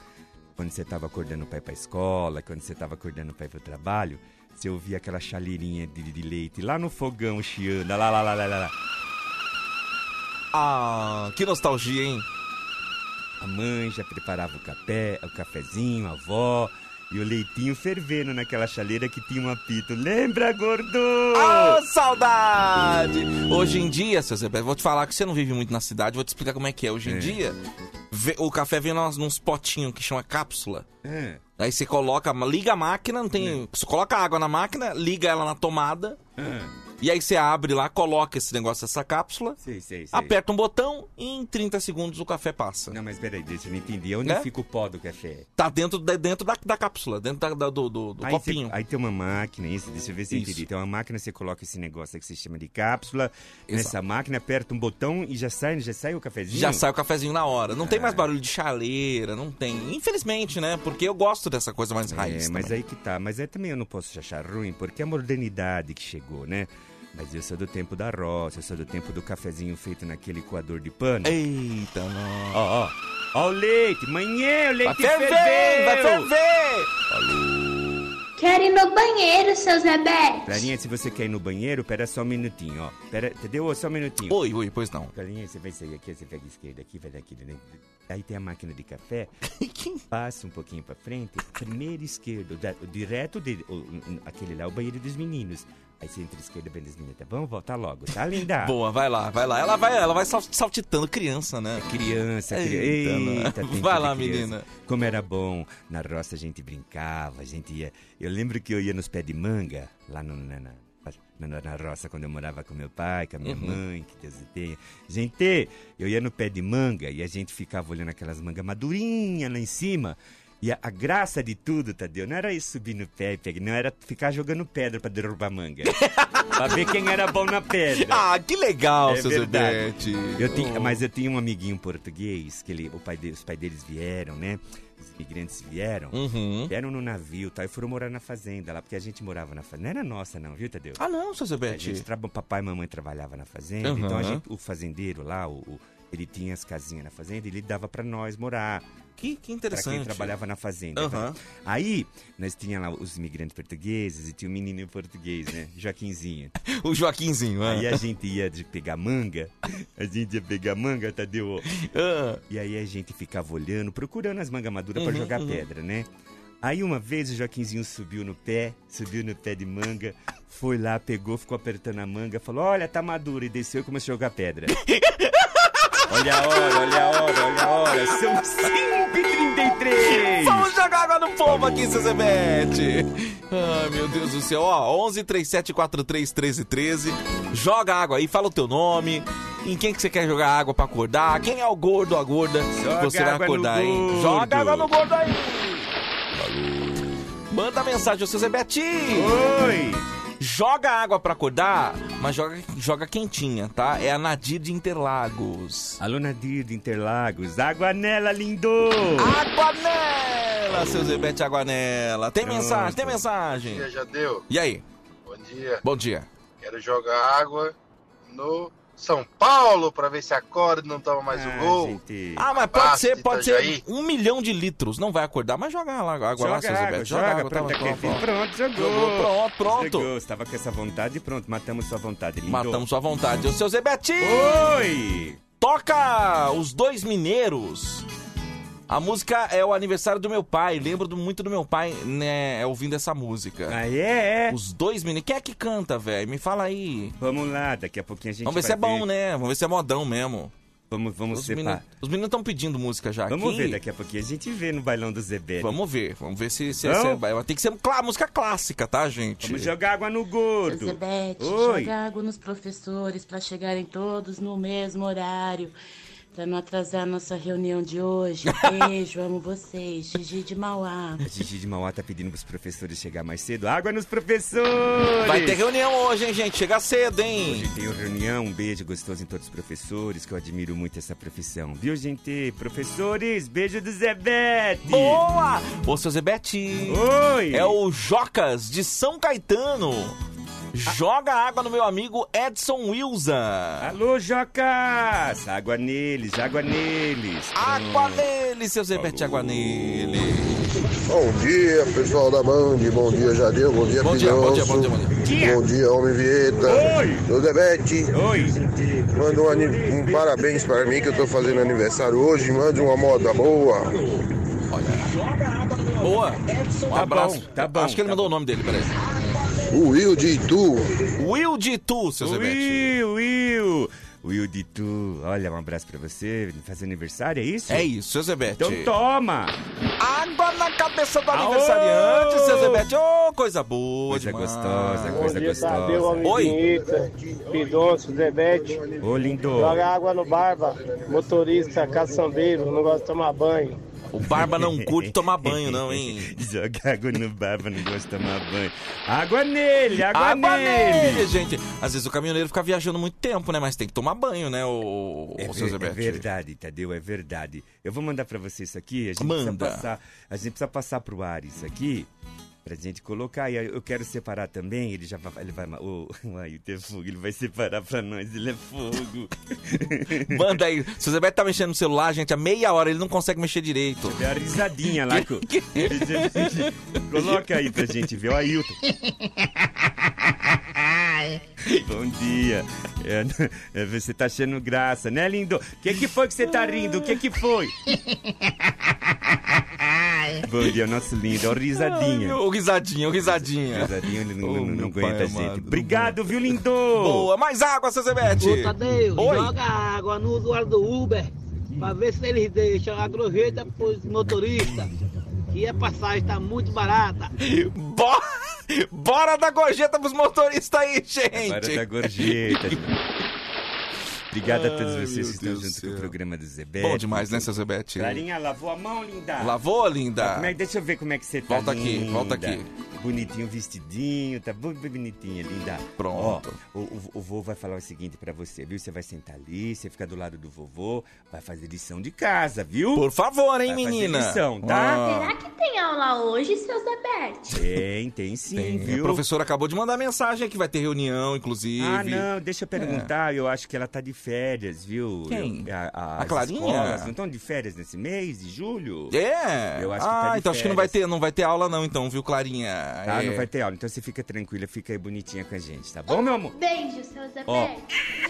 Speaker 15: Quando você tava acordando o pai pra escola, quando você tava acordando o pai pro trabalho, você ouvia aquela chaleirinha de, de leite lá no fogão chiando, lá, lá, lá, lá, lá, lá.
Speaker 2: Ah, que nostalgia, hein?
Speaker 15: A mãe já preparava o café, o cafezinho, a avó, e o leitinho fervendo naquela chaleira que tinha um apito. Lembra, gordo?
Speaker 2: Ah, saudade! Hoje em dia, seu Zebete, vou te falar que você não vive muito na cidade, vou te explicar como é que é. Hoje em
Speaker 15: É.
Speaker 2: dia, vê- o café vem nós- nos potinhos que chama cápsula.
Speaker 15: É.
Speaker 2: Aí você coloca, liga a máquina, não tem. Você coloca a água na máquina, liga ela na tomada. E aí você abre lá, coloca esse negócio, essa cápsula,
Speaker 15: ah. Sei, sei, sei.
Speaker 2: aperta um botão e em 30 segundos o café passa.
Speaker 15: Não, mas peraí, deixa eu não entendi. Onde
Speaker 2: Né?
Speaker 15: fica o pó do café?
Speaker 2: Tá dentro, da- dentro da, da cápsula, dentro da- da- do, do- do
Speaker 15: Aí,
Speaker 2: copinho.
Speaker 15: cê- aí tem uma máquina, isso, deixa eu ver se eu
Speaker 2: Isso.
Speaker 15: entendi. Tem uma máquina, você coloca esse negócio que se chama de cápsula. Nessa
Speaker 2: Exato.
Speaker 15: máquina, aperta um botão e já sai, já sai o cafezinho?
Speaker 2: Já sai o cafezinho na hora. Não
Speaker 15: É.
Speaker 2: tem mais barulho de chaleira, não tem. Infelizmente, né? Porque eu gosto dessa coisa mais raiz.
Speaker 15: É, mas aí que tá. Mas aí também eu não posso achar ruim, porque é a modernidade que chegou, né? Mas eu sou do tempo da roça, eu sou do tempo do cafezinho feito naquele coador de pano.
Speaker 2: Eita, não.
Speaker 15: Ó, ó. Ó o leite, manhã, o leite
Speaker 2: Vai ferver, vai
Speaker 15: ferveu.
Speaker 2: ferver!
Speaker 22: Quero ir no banheiro, seu Zebete.
Speaker 15: Clarinha, se você quer ir no banheiro, pera só um minutinho, ó. Pera, entendeu? Só um minutinho.
Speaker 2: Oi, oi, pois não.
Speaker 15: Clarinha, você vai sair aqui, você pega a esquerda aqui, vai daqui, né? Aí tem a máquina de café. passa um pouquinho pra frente. Primeiro esquerdo, da- direto de, o- o- aquele lá, é o banheiro dos meninos. Aí você entra esquerda, bem das meninas. Vamos voltar logo, tá, linda?
Speaker 2: Boa, vai lá, vai lá. Ela vai, ela vai sal- saltitando criança, né?
Speaker 15: Criança, criança.
Speaker 2: Eita,
Speaker 15: Eita,
Speaker 2: não.
Speaker 15: tem
Speaker 2: vai
Speaker 15: coisa
Speaker 2: lá,
Speaker 15: criança.
Speaker 2: menina.
Speaker 15: Como era bom. Na roça a gente brincava, a gente ia. Eu lembro que eu ia nos pés de manga, lá no- na, na, na- na roça, quando eu morava com meu pai, com a minha
Speaker 23: Uhum.
Speaker 15: mãe, que Deus o tenha. Gente, eu ia no pé de manga e a gente ficava olhando aquelas mangas madurinhas lá em cima. E a, a graça de tudo, Tadeu, não era ir subir no pé e pegar, não era ficar jogando pedra pra derrubar manga. pra ver quem era bom na pedra.
Speaker 2: Ah, que legal, seu
Speaker 15: É verdade.
Speaker 2: Zebete.
Speaker 15: Eu
Speaker 2: Oh.
Speaker 15: tinha, Mas eu tinha um amiguinho português, que ele, o pai de- os pais deles vieram, né? Os imigrantes vieram.
Speaker 2: Uhum.
Speaker 15: Vieram no navio tal, e foram morar na fazenda lá, porque a gente morava na fazenda. Não era nossa, não, viu, Tadeu?
Speaker 2: Ah, não, seu
Speaker 15: A
Speaker 2: Zebete.
Speaker 15: gente, traba- papai e mamãe trabalhavam na fazenda,
Speaker 2: Uhum.
Speaker 15: então a gente- o fazendeiro lá, o, o- ele tinha as casinhas na fazenda e ele dava pra nós morar.
Speaker 2: Que, que
Speaker 15: Pra
Speaker 2: interessante.
Speaker 15: quem trabalhava na fazenda. tá?
Speaker 2: Aham.
Speaker 15: Aí, nós tinha lá os imigrantes portugueses e tinha um menino português, né? Joaquinzinho.
Speaker 2: O Joaquinzinho, ah.
Speaker 15: Aí a gente ia de pegar manga, a gente ia pegar manga, Tadeu. E aí a gente ficava olhando, procurando as mangas maduras pra
Speaker 23: Uhum,
Speaker 15: jogar
Speaker 23: uhum.
Speaker 15: pedra, né? Aí uma vez o Joaquinzinho subiu no pé, subiu no pé de manga, foi lá, pegou, ficou apertando a manga, falou: Olha, tá madura, e desceu e começou a jogar pedra. olha a hora, olha a hora, olha a hora, são 5h33!
Speaker 2: Vamos jogar água no povo aqui, seu Zebete. Ai, meu Deus do céu. Ó, 11 37 43 13 13. Joga água aí, fala o teu nome. Em quem que você quer jogar água pra acordar? Quem é o gordo ou a gorda que você vai
Speaker 15: água no
Speaker 2: acordar, hein?
Speaker 15: gordo.
Speaker 2: Joga água no gordo aí. Manda mensagem ao seu Zebete.
Speaker 15: Oi.
Speaker 2: Joga água pra acordar, mas joga, joga quentinha, tá? É a Nadir de Interlagos.
Speaker 15: Alô, Nadir de Interlagos. Água nela, lindo!
Speaker 24: Ah,
Speaker 2: Água nela, seu Zebete Água nela. Tem mensagem, tem mensagem.
Speaker 24: Bom dia, já deu.
Speaker 2: E aí?
Speaker 24: Bom dia.
Speaker 2: Bom dia.
Speaker 24: Quero jogar água no São Paulo pra ver se acorda e não toma mais um gol.
Speaker 2: Ah, mas pode
Speaker 24: Abraço,
Speaker 2: ser, pode ser
Speaker 24: Itajaí.
Speaker 2: um milhão de litros. Não vai acordar, mas joga lá, água lá,
Speaker 15: Joga
Speaker 2: seu
Speaker 15: água,
Speaker 2: Zé Beto.
Speaker 15: joga,
Speaker 2: água,
Speaker 15: pronto,
Speaker 2: tava-
Speaker 15: aqui,
Speaker 2: tava-
Speaker 15: pronto, jogou.
Speaker 2: Jogou, pronto, pronto.
Speaker 15: Jogou, estava com essa vontade, pronto, matamos sua vontade, lindo.
Speaker 2: Matamos sua vontade. O seu Zé Betinho!
Speaker 15: Oi!
Speaker 2: Toca os dois mineiros. A música é o aniversário do meu pai. Lembro do- muito do meu pai, né, ouvindo essa música.
Speaker 15: Ah, é?
Speaker 2: Os dois mineiros. Quem é que canta, velho? Me fala aí.
Speaker 15: Vamos lá, daqui a pouquinho a gente
Speaker 2: Vamos ver se
Speaker 15: vai
Speaker 2: é bom, né? Vamos ver se é modão mesmo.
Speaker 15: Vamos, vamos
Speaker 2: os
Speaker 15: separar.
Speaker 2: meninos- os meninos estão pedindo música já
Speaker 15: Vamos
Speaker 2: aqui.
Speaker 15: ver, daqui a pouquinho a gente vê no bailão do Zebete.
Speaker 2: Vamos ver, vamos ver se, se,
Speaker 15: Não?
Speaker 2: se é- mas Tem que ser clá- música clássica, tá, gente?
Speaker 15: Vamos jogar água no gordo.
Speaker 3: Elizabeth,
Speaker 15: Oi.
Speaker 3: joga água nos professores para chegarem todos no mesmo horário.
Speaker 23: Pra não atrasar a nossa reunião de hoje. Beijo, amo vocês. Gigi de Mauá.
Speaker 15: A Gigi de Mauá tá pedindo pros professores chegar mais cedo. Água nos professores!
Speaker 2: Vai ter reunião hoje, hein, gente? Chega cedo, hein?
Speaker 15: Hoje tem uma reunião. Um beijo gostoso em todos os professores, que eu admiro muito essa profissão. Viu, gente? Professores, beijo do Zebete!
Speaker 2: Boa! Ô, seu Zebete!
Speaker 15: Oi!
Speaker 2: É o Jocas, de São Caetano. Joga água no meu amigo Edson Wilson.
Speaker 15: Alô, Jocas! Água neles, água neles. Hum.
Speaker 2: Água neles, seu Zebete, água neles.
Speaker 3: Bom dia, pessoal da Band. Bom dia, Jadeu. Bom dia,
Speaker 2: Bom dia, bom dia, bom dia, bom
Speaker 3: dia. Bom dia, Homem Vieta. Oi. Do Debete.
Speaker 15: Oi.
Speaker 3: Manda um, ani- um parabéns para mim que eu tô fazendo aniversário hoje. Manda uma moda boa.
Speaker 2: Boa. Um
Speaker 15: Tá
Speaker 2: abraço.
Speaker 15: bom, tá bom,
Speaker 2: Acho que ele
Speaker 15: tá
Speaker 2: mandou o nome dele, peraí.
Speaker 3: O Will de Itu.
Speaker 2: Will de Itu, seu Zebete.
Speaker 15: Will, Will! Will de tu, olha, um abraço pra você. Faz aniversário, é isso?
Speaker 2: É isso, seu Zebete.
Speaker 15: Então toma!
Speaker 2: Água na cabeça do aniversariante, seu Zebete. Ô, coisa boa,
Speaker 15: Coisa
Speaker 2: demais.
Speaker 15: gostosa, coisa
Speaker 4: Tadeu,
Speaker 15: gostosa.
Speaker 4: homem bonita, Pidonço, Zebete.
Speaker 15: Ô, lindo.
Speaker 4: Joga água no barba, motorista, caçambeiro, não gosta de tomar banho.
Speaker 2: O Barba não curte tomar banho, não, hein?
Speaker 15: Joga água no barba, não gosta de tomar banho. Água nele, água,
Speaker 2: Água
Speaker 15: nele.
Speaker 2: nele, gente. Às vezes o caminhoneiro fica viajando muito tempo, né? Mas tem que tomar banho, né, o,
Speaker 15: É,
Speaker 2: o seu
Speaker 15: ver- é
Speaker 2: Zebete?
Speaker 15: verdade, Tadeu, é verdade. Eu vou mandar pra você isso aqui. A gente
Speaker 2: Manda.
Speaker 15: Precisa passar, a gente precisa passar pro ar isso aqui. Pra gente colocar. E aí eu quero separar também. Ele já vai. Ele vai oh, ai, o teu fogo, ele vai separar pra nós. Ele é fogo.
Speaker 2: Manda aí. Se o Zebete tá mexendo no celular, gente, há meia hora ele não consegue mexer direito.
Speaker 15: Deu uma É risadinha lá. co- Coloca aí pra gente ver. Ó, Ailton. Bom dia. É, é, você tá achando graça, né, lindo? O que, que foi que você tá rindo? O que, que foi? Bom dia, nosso lindo. Ó, risadinha.
Speaker 2: Ô, risadinha, ô, risadinha.
Speaker 15: Risadinha, ele não,
Speaker 2: Ô,
Speaker 15: não, não
Speaker 2: meu
Speaker 15: aguenta
Speaker 2: pai
Speaker 15: a gente.
Speaker 2: amado.
Speaker 15: Obrigado, viu, lindo?
Speaker 2: Boa, mais água, seu Zebete.
Speaker 6: Ô Tadeu,
Speaker 2: Oi.
Speaker 6: joga água no usuário do Uber pra ver se eles deixam a gorjeta pros motoristas. Que a passagem tá muito barata.
Speaker 2: Bora, bora dar gorjeta pros motoristas aí, gente.
Speaker 15: Agora da gorjeta. Obrigado a todos vocês que estão junto com o programa do Zebete.
Speaker 2: Bom demais, né, seu Zebete?
Speaker 15: Clarinha, lavou a mão, linda?
Speaker 2: Lavou, linda?
Speaker 15: Como é- deixa eu ver como é que você tá.
Speaker 2: Volta aqui,
Speaker 15: linda.
Speaker 2: volta aqui.
Speaker 15: Bonitinho, vestidinho, tá bu- bu- bonitinha, linda.
Speaker 2: Pronto.
Speaker 15: Ó, o, o, o vô vai falar o seguinte pra você, viu? Você vai sentar ali, você fica do lado do vovô, vai fazer lição de casa, viu?
Speaker 2: Por favor, hein,
Speaker 15: Vai fazer
Speaker 2: menina? Ah.
Speaker 15: lição, tá?
Speaker 22: Será que tem aula hoje, seu Zebete?
Speaker 15: Tem, tem sim,
Speaker 2: A
Speaker 15: viu?
Speaker 2: professora acabou de mandar mensagem que vai ter reunião, inclusive.
Speaker 15: Ah, não, deixa eu perguntar. Eu acho que ela tá de férias, viu?
Speaker 2: É. Quem?
Speaker 15: Eu- a,
Speaker 2: A
Speaker 15: as
Speaker 2: Clarinha?
Speaker 15: escolas não estão de férias nesse mês de julho?
Speaker 2: É.
Speaker 15: Eu acho
Speaker 2: ah,
Speaker 15: que tá de
Speaker 2: então acho que não vai
Speaker 15: férias.
Speaker 2: ter, não vai ter aula não, então, viu, Clarinha?
Speaker 15: Tá, não
Speaker 2: É.
Speaker 15: vai ter aula. Então você fica tranquila, fica aí bonitinha com a gente, tá bom, meu amor?
Speaker 22: Beijo, seu Zebete.
Speaker 15: Ó.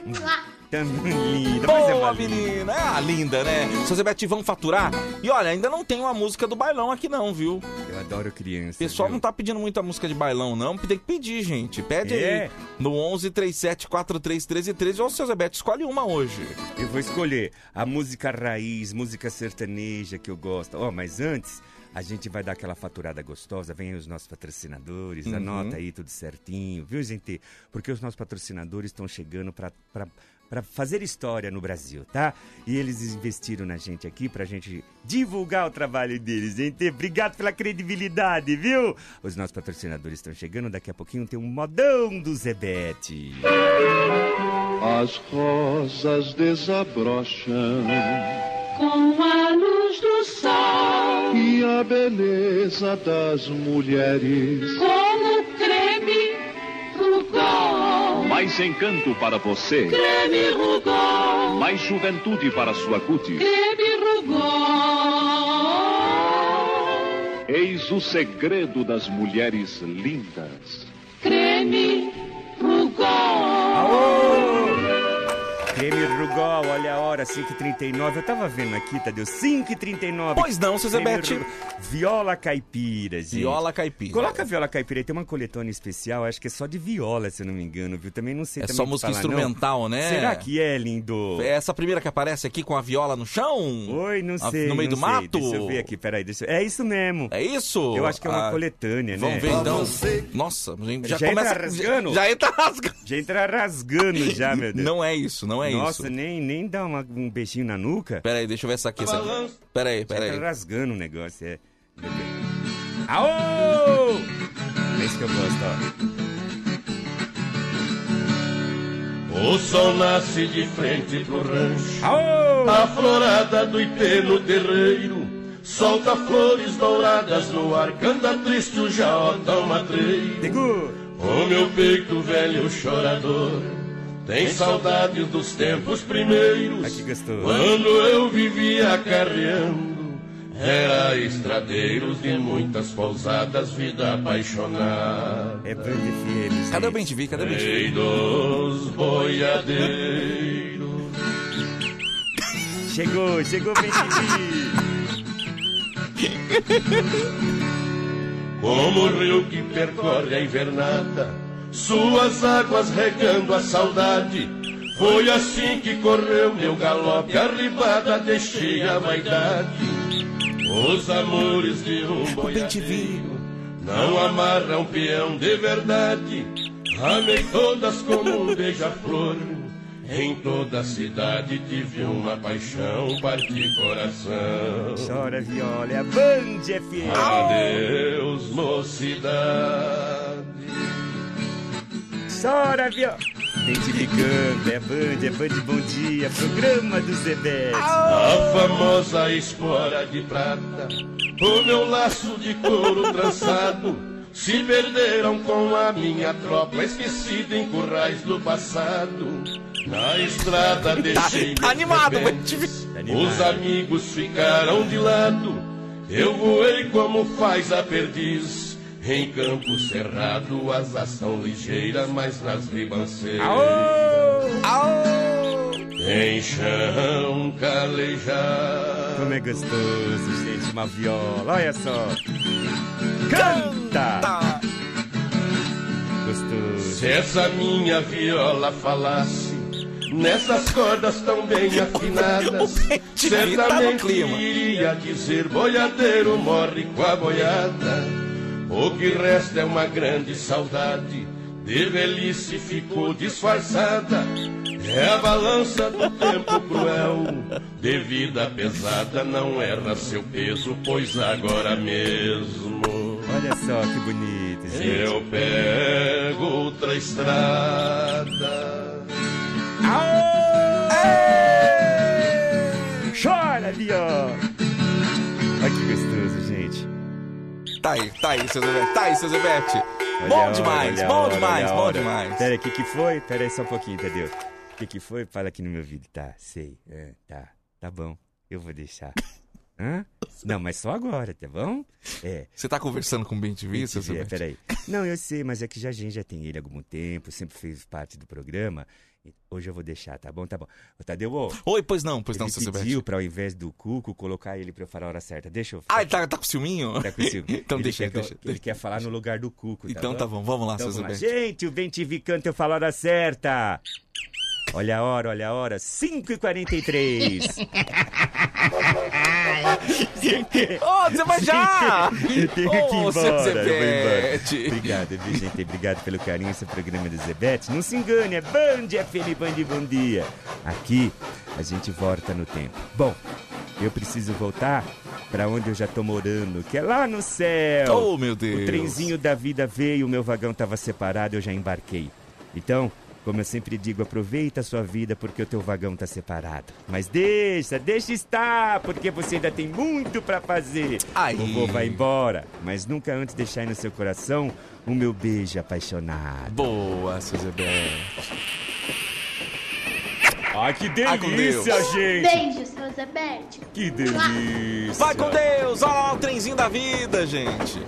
Speaker 22: Mua.
Speaker 15: Tão linda, mas é
Speaker 2: Boa,
Speaker 15: uma
Speaker 2: menina! Ah, linda, né? Seu Zebete, vamos faturar? E olha, ainda não tem uma música do bailão aqui não, viu?
Speaker 15: Eu adoro criança.
Speaker 2: Pessoal não tá pedindo muita música de bailão, não. Tem que pedir, gente. Pede
Speaker 15: É.
Speaker 2: aí no 11 37 43 13 13. Ou seu Zebete, escolhe uma hoje.
Speaker 15: Eu vou escolher a música raiz, música sertaneja que eu gosto. Ó, mas antes, a gente vai dar aquela faturada gostosa. Vem aí os nossos patrocinadores,
Speaker 25: Uhum.
Speaker 15: anota aí tudo certinho, viu, gente? Porque os nossos patrocinadores estão chegando pra. pra para fazer história no Brasil, tá? E eles investiram na gente aqui pra gente divulgar o trabalho deles, gente. Obrigado pela credibilidade, viu? Os nossos patrocinadores estão chegando, daqui a pouquinho tem um modão do Zebete.
Speaker 26: As rosas desabrocham
Speaker 5: Com a luz do
Speaker 26: e a beleza das mulheres.
Speaker 5: como creme rugol,
Speaker 26: Mais encanto para você,
Speaker 5: creme rugol,
Speaker 26: mais juventude para sua cutis.
Speaker 5: creme rugol,
Speaker 26: Eis o segredo das mulheres lindas.
Speaker 5: creme
Speaker 15: Creme Rugol, olha a hora, 5h39. Eu tava vendo aqui, tá, Tadeu, 5h39.
Speaker 2: Pois não, seu Zé
Speaker 15: Creme
Speaker 2: Bete.
Speaker 15: Rugol. Viola caipira, gente.
Speaker 2: Viola caipira.
Speaker 15: Coloca a viola caipira, aí, tem uma coletânea especial, acho que é só de viola, se eu não me engano, viu? Também não sei
Speaker 2: É
Speaker 15: também
Speaker 2: só
Speaker 15: te
Speaker 2: música
Speaker 15: falar,
Speaker 2: instrumental,
Speaker 15: não.
Speaker 2: né?
Speaker 15: Será que é, lindo?
Speaker 2: É essa primeira que aparece aqui com a viola no chão?
Speaker 15: Oi, não sei.
Speaker 2: No meio
Speaker 15: não
Speaker 2: do
Speaker 15: sei.
Speaker 2: mato?
Speaker 15: Deixa eu ver aqui, peraí. Deixa... eu- É isso mesmo.
Speaker 2: É isso?
Speaker 15: Eu acho que é uma
Speaker 2: Ah,
Speaker 15: coletânea, né?
Speaker 2: Vamos ver então. Nossa, gente, já,
Speaker 15: Já entra
Speaker 2: começa
Speaker 15: rasgando?
Speaker 2: Já, já entra rasgando.
Speaker 15: Já entra rasgando já, meu Deus.
Speaker 2: Não é isso, não é
Speaker 15: Nossa,
Speaker 2: isso.
Speaker 15: precisa nem, nem dar uma- um beijinho na nuca.
Speaker 2: Peraí, deixa eu ver essa aqui. Essa aqui. Peraí,
Speaker 15: Você
Speaker 2: peraí.
Speaker 15: Tá rasgando o negócio, é. Aô! É isso que eu gosto,
Speaker 7: O sol nasce de frente pro rancho.
Speaker 15: Aô!
Speaker 7: A florada do Ipê no terreiro. Solta flores douradas no ar. Canta triste o jaota o matreiro. O meu peito velho chorador. Tem saudade dos tempos primeiros.
Speaker 15: Ai, que gostoso.
Speaker 7: Quando eu vivia carreando. Era estradeiros de muitas pousadas, vida apaixonada.
Speaker 15: É Band FM.
Speaker 7: Cadê o
Speaker 2: Band V? Cadê o Band V?
Speaker 7: Rei dos boiadeiros.
Speaker 15: ó. Chegou, chegou, Bentinho.
Speaker 7: Como o rio que percorre a invernada, suas águas regando a saudade. Foi assim que correu meu galope, arribada deixei a vaidade. Os amores de um boiadeiro não amarram peão de verdade. Amei todas como um beija-flor. Em toda a cidade tive uma paixão, parti coração.
Speaker 15: Chora, viola, é Band FM.
Speaker 7: Adeus, mocidade.
Speaker 15: Chora, viola. Dente de canta, é Band, é Band Bom Dia, programa do Zebete.
Speaker 7: A famosa espora de prata, o meu laço de couro trançado, se perderam com a minha tropa, esquecida em currais do passado. Na estrada deixei meus rebentos, os amigos ficaram de lado, eu voei como faz a perdiz. Em campo cerrado, asas são ligeiras, mas nas ribanceiras. Em chão calejado.
Speaker 15: Como é gostoso, gente, uma viola, olha só. Canta! Gostoso.
Speaker 7: Se essa minha viola falasse nessas cordas tão bem afinadas,
Speaker 2: Bentinho tá no
Speaker 7: certamente
Speaker 2: clima.
Speaker 7: iria dizer: boiadeiro morre com a boiada. O que resta é uma grande saudade. De velhice ficou disfarçada. É a balança do tempo cruel. De vida pesada não erra seu peso, pois agora mesmo.
Speaker 15: Olha só que bonito, gente.
Speaker 7: Eu pego outra estrada.
Speaker 15: Chora, viola! Olha que gostoso, gente.
Speaker 2: Tá aí, tá aí, seu Zebete. Tá aí, seu Zebete.
Speaker 15: Olha a
Speaker 2: Bom
Speaker 15: hora,
Speaker 2: demais,
Speaker 15: olha a
Speaker 2: bom
Speaker 15: hora,
Speaker 2: demais,
Speaker 15: olha a
Speaker 2: bom
Speaker 15: hora.
Speaker 2: demais.
Speaker 15: Pera, o que que foi? Pera aí só um pouquinho, Tadeu. O que que foi? Fala aqui no meu vídeo. Tá, sei. É, tá, tá bom. Eu vou deixar. Hã? Não, mas só agora, tá bom? É.
Speaker 2: Você tá conversando com o Bem TV, seu
Speaker 15: É,
Speaker 2: Zebete?
Speaker 15: peraí. Não, eu sei, mas é que já a gente já tem ele há algum tempo, sempre fez parte do programa. Hoje eu vou deixar, tá bom? Tá bom. Ô, Tadeu, ô,
Speaker 2: Oi, pois não, pois
Speaker 15: ele
Speaker 2: não, seu Zebete.
Speaker 15: pediu pra ao invés do Cuco colocar ele pra eu falar a hora certa. Deixa eu
Speaker 2: Ah, ele tá, tá com ciúminho?
Speaker 15: Tá com ciúme.
Speaker 2: Então
Speaker 15: Ele
Speaker 2: deixa,
Speaker 15: quer que eu-
Speaker 2: deixa.
Speaker 15: Ele quer falar no lugar do Cuco. Tá
Speaker 2: Então
Speaker 15: bom?
Speaker 2: tá bom, vamos lá,
Speaker 15: então,
Speaker 2: seu
Speaker 15: vamos lá.
Speaker 2: Zebete.
Speaker 15: Gente, o Bem TV canta, eu falo a hora certa. Olha a hora, olha a hora. 5h43.
Speaker 2: Ô, você vai já!
Speaker 15: Eu tenho que ir
Speaker 2: Ô, seu
Speaker 15: embora. eu vou embora.
Speaker 2: Zebete.
Speaker 15: Obrigado, viu, gente? Obrigado pelo carinho. Esse é o programa do Zebete. Não se engane, é Band FM Band Bom Dia. Aqui a gente volta no tempo. Bom, eu preciso voltar pra onde eu já tô morando, que é lá no céu.
Speaker 2: Oh, meu Deus.
Speaker 15: O trenzinho da vida veio, o meu vagão tava separado, eu já embarquei. Então, como eu sempre digo, aproveita a sua vida porque o teu vagão tá separado. Mas deixa, deixa estar, porque você ainda tem muito pra fazer.
Speaker 2: Aí.
Speaker 15: O vovô vai embora, mas nunca antes deixar aí no seu coração o meu beijo apaixonado.
Speaker 2: Boa, seu Zebete.
Speaker 15: Ai, que
Speaker 2: Ai, com Deus.
Speaker 15: delícia, gente!
Speaker 22: Beijos, Roseberto.
Speaker 15: Que delícia!
Speaker 2: Vai com Deus! Olha lá o trenzinho da vida, gente.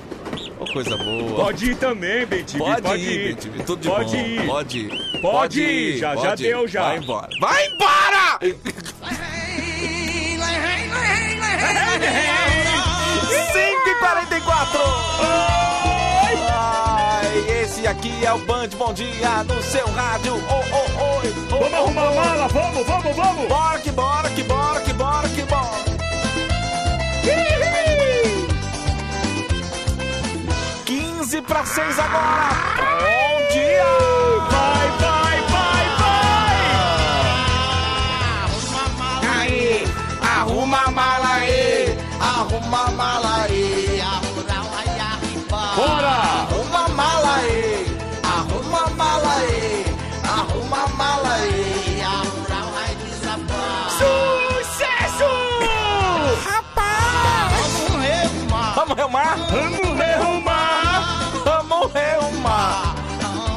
Speaker 2: Ô, coisa boa.
Speaker 15: Pode ir também, Bentivi,
Speaker 2: Pode,
Speaker 15: pode,
Speaker 2: ir, Bentivi, tudo de
Speaker 15: pode
Speaker 2: bom.
Speaker 15: ir.
Speaker 2: Pode ir.
Speaker 15: Pode ir, já- já
Speaker 2: pode ir.
Speaker 15: deu, já.
Speaker 2: Vai embora. Vai embora! Cinco e quarenta e quatro. Ai, esse aqui é o Band Bom Dia no seu rádio. Oh, oh, oh, vamos arrumar a mala,
Speaker 15: vamos, vamos, vamos.
Speaker 2: Bora que bora, que bora, que bora, que bora. Quinze para seis agora. Bom dia.
Speaker 15: Vai, vai, vai, vai.
Speaker 2: Vamos reumar? Vamos reumar! Vamos reumar!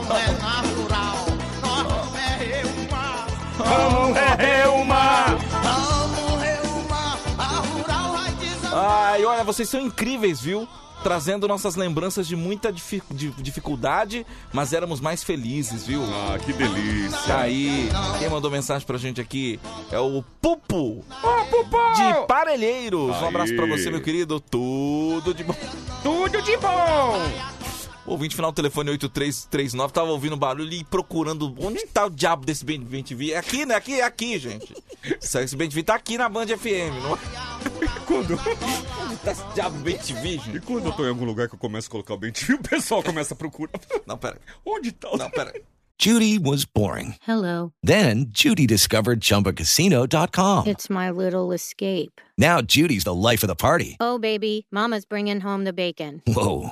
Speaker 5: Não é natural, não é reumar.
Speaker 2: Vamos reumar!
Speaker 5: Vamos reumar, a rural vai
Speaker 2: Ai, olha, vocês são incríveis, viu? Trazendo nossas lembranças de muita difi- de- dificuldade, mas éramos mais felizes, viu?
Speaker 11: Ah, que delícia.
Speaker 2: Tá aí. Quem mandou mensagem pra gente aqui é o Pupo. De Parelheiros. Um
Speaker 11: Aí.
Speaker 2: abraço pra você, meu querido. Tudo de bom.
Speaker 5: Tudo de bom.
Speaker 2: Ouvinte final do telefone 8339, tava ouvindo barulho e procurando onde tá o diabo desse Ben Ben TV. É aqui, né? Aqui, é aqui, gente. Isso aí, Esse Ben TV tá aqui na Band FM, não é?
Speaker 11: Quando...
Speaker 2: Onde tá esse diabo Ben TV, gente?
Speaker 11: E quando eu tô em algum lugar que eu começo a colocar o bentinho, o pessoal começa a procurar.
Speaker 2: Não, pera.
Speaker 11: Onde tá? Não,
Speaker 2: pera.
Speaker 8: Judy was boring.
Speaker 9: Hello.
Speaker 8: Then Judy discovered ChumbaCasino.com.
Speaker 9: It's my little escape.
Speaker 8: Now Judy's the life of the party.
Speaker 9: Oh, baby, Mama's bringing home the bacon.
Speaker 8: Whoa,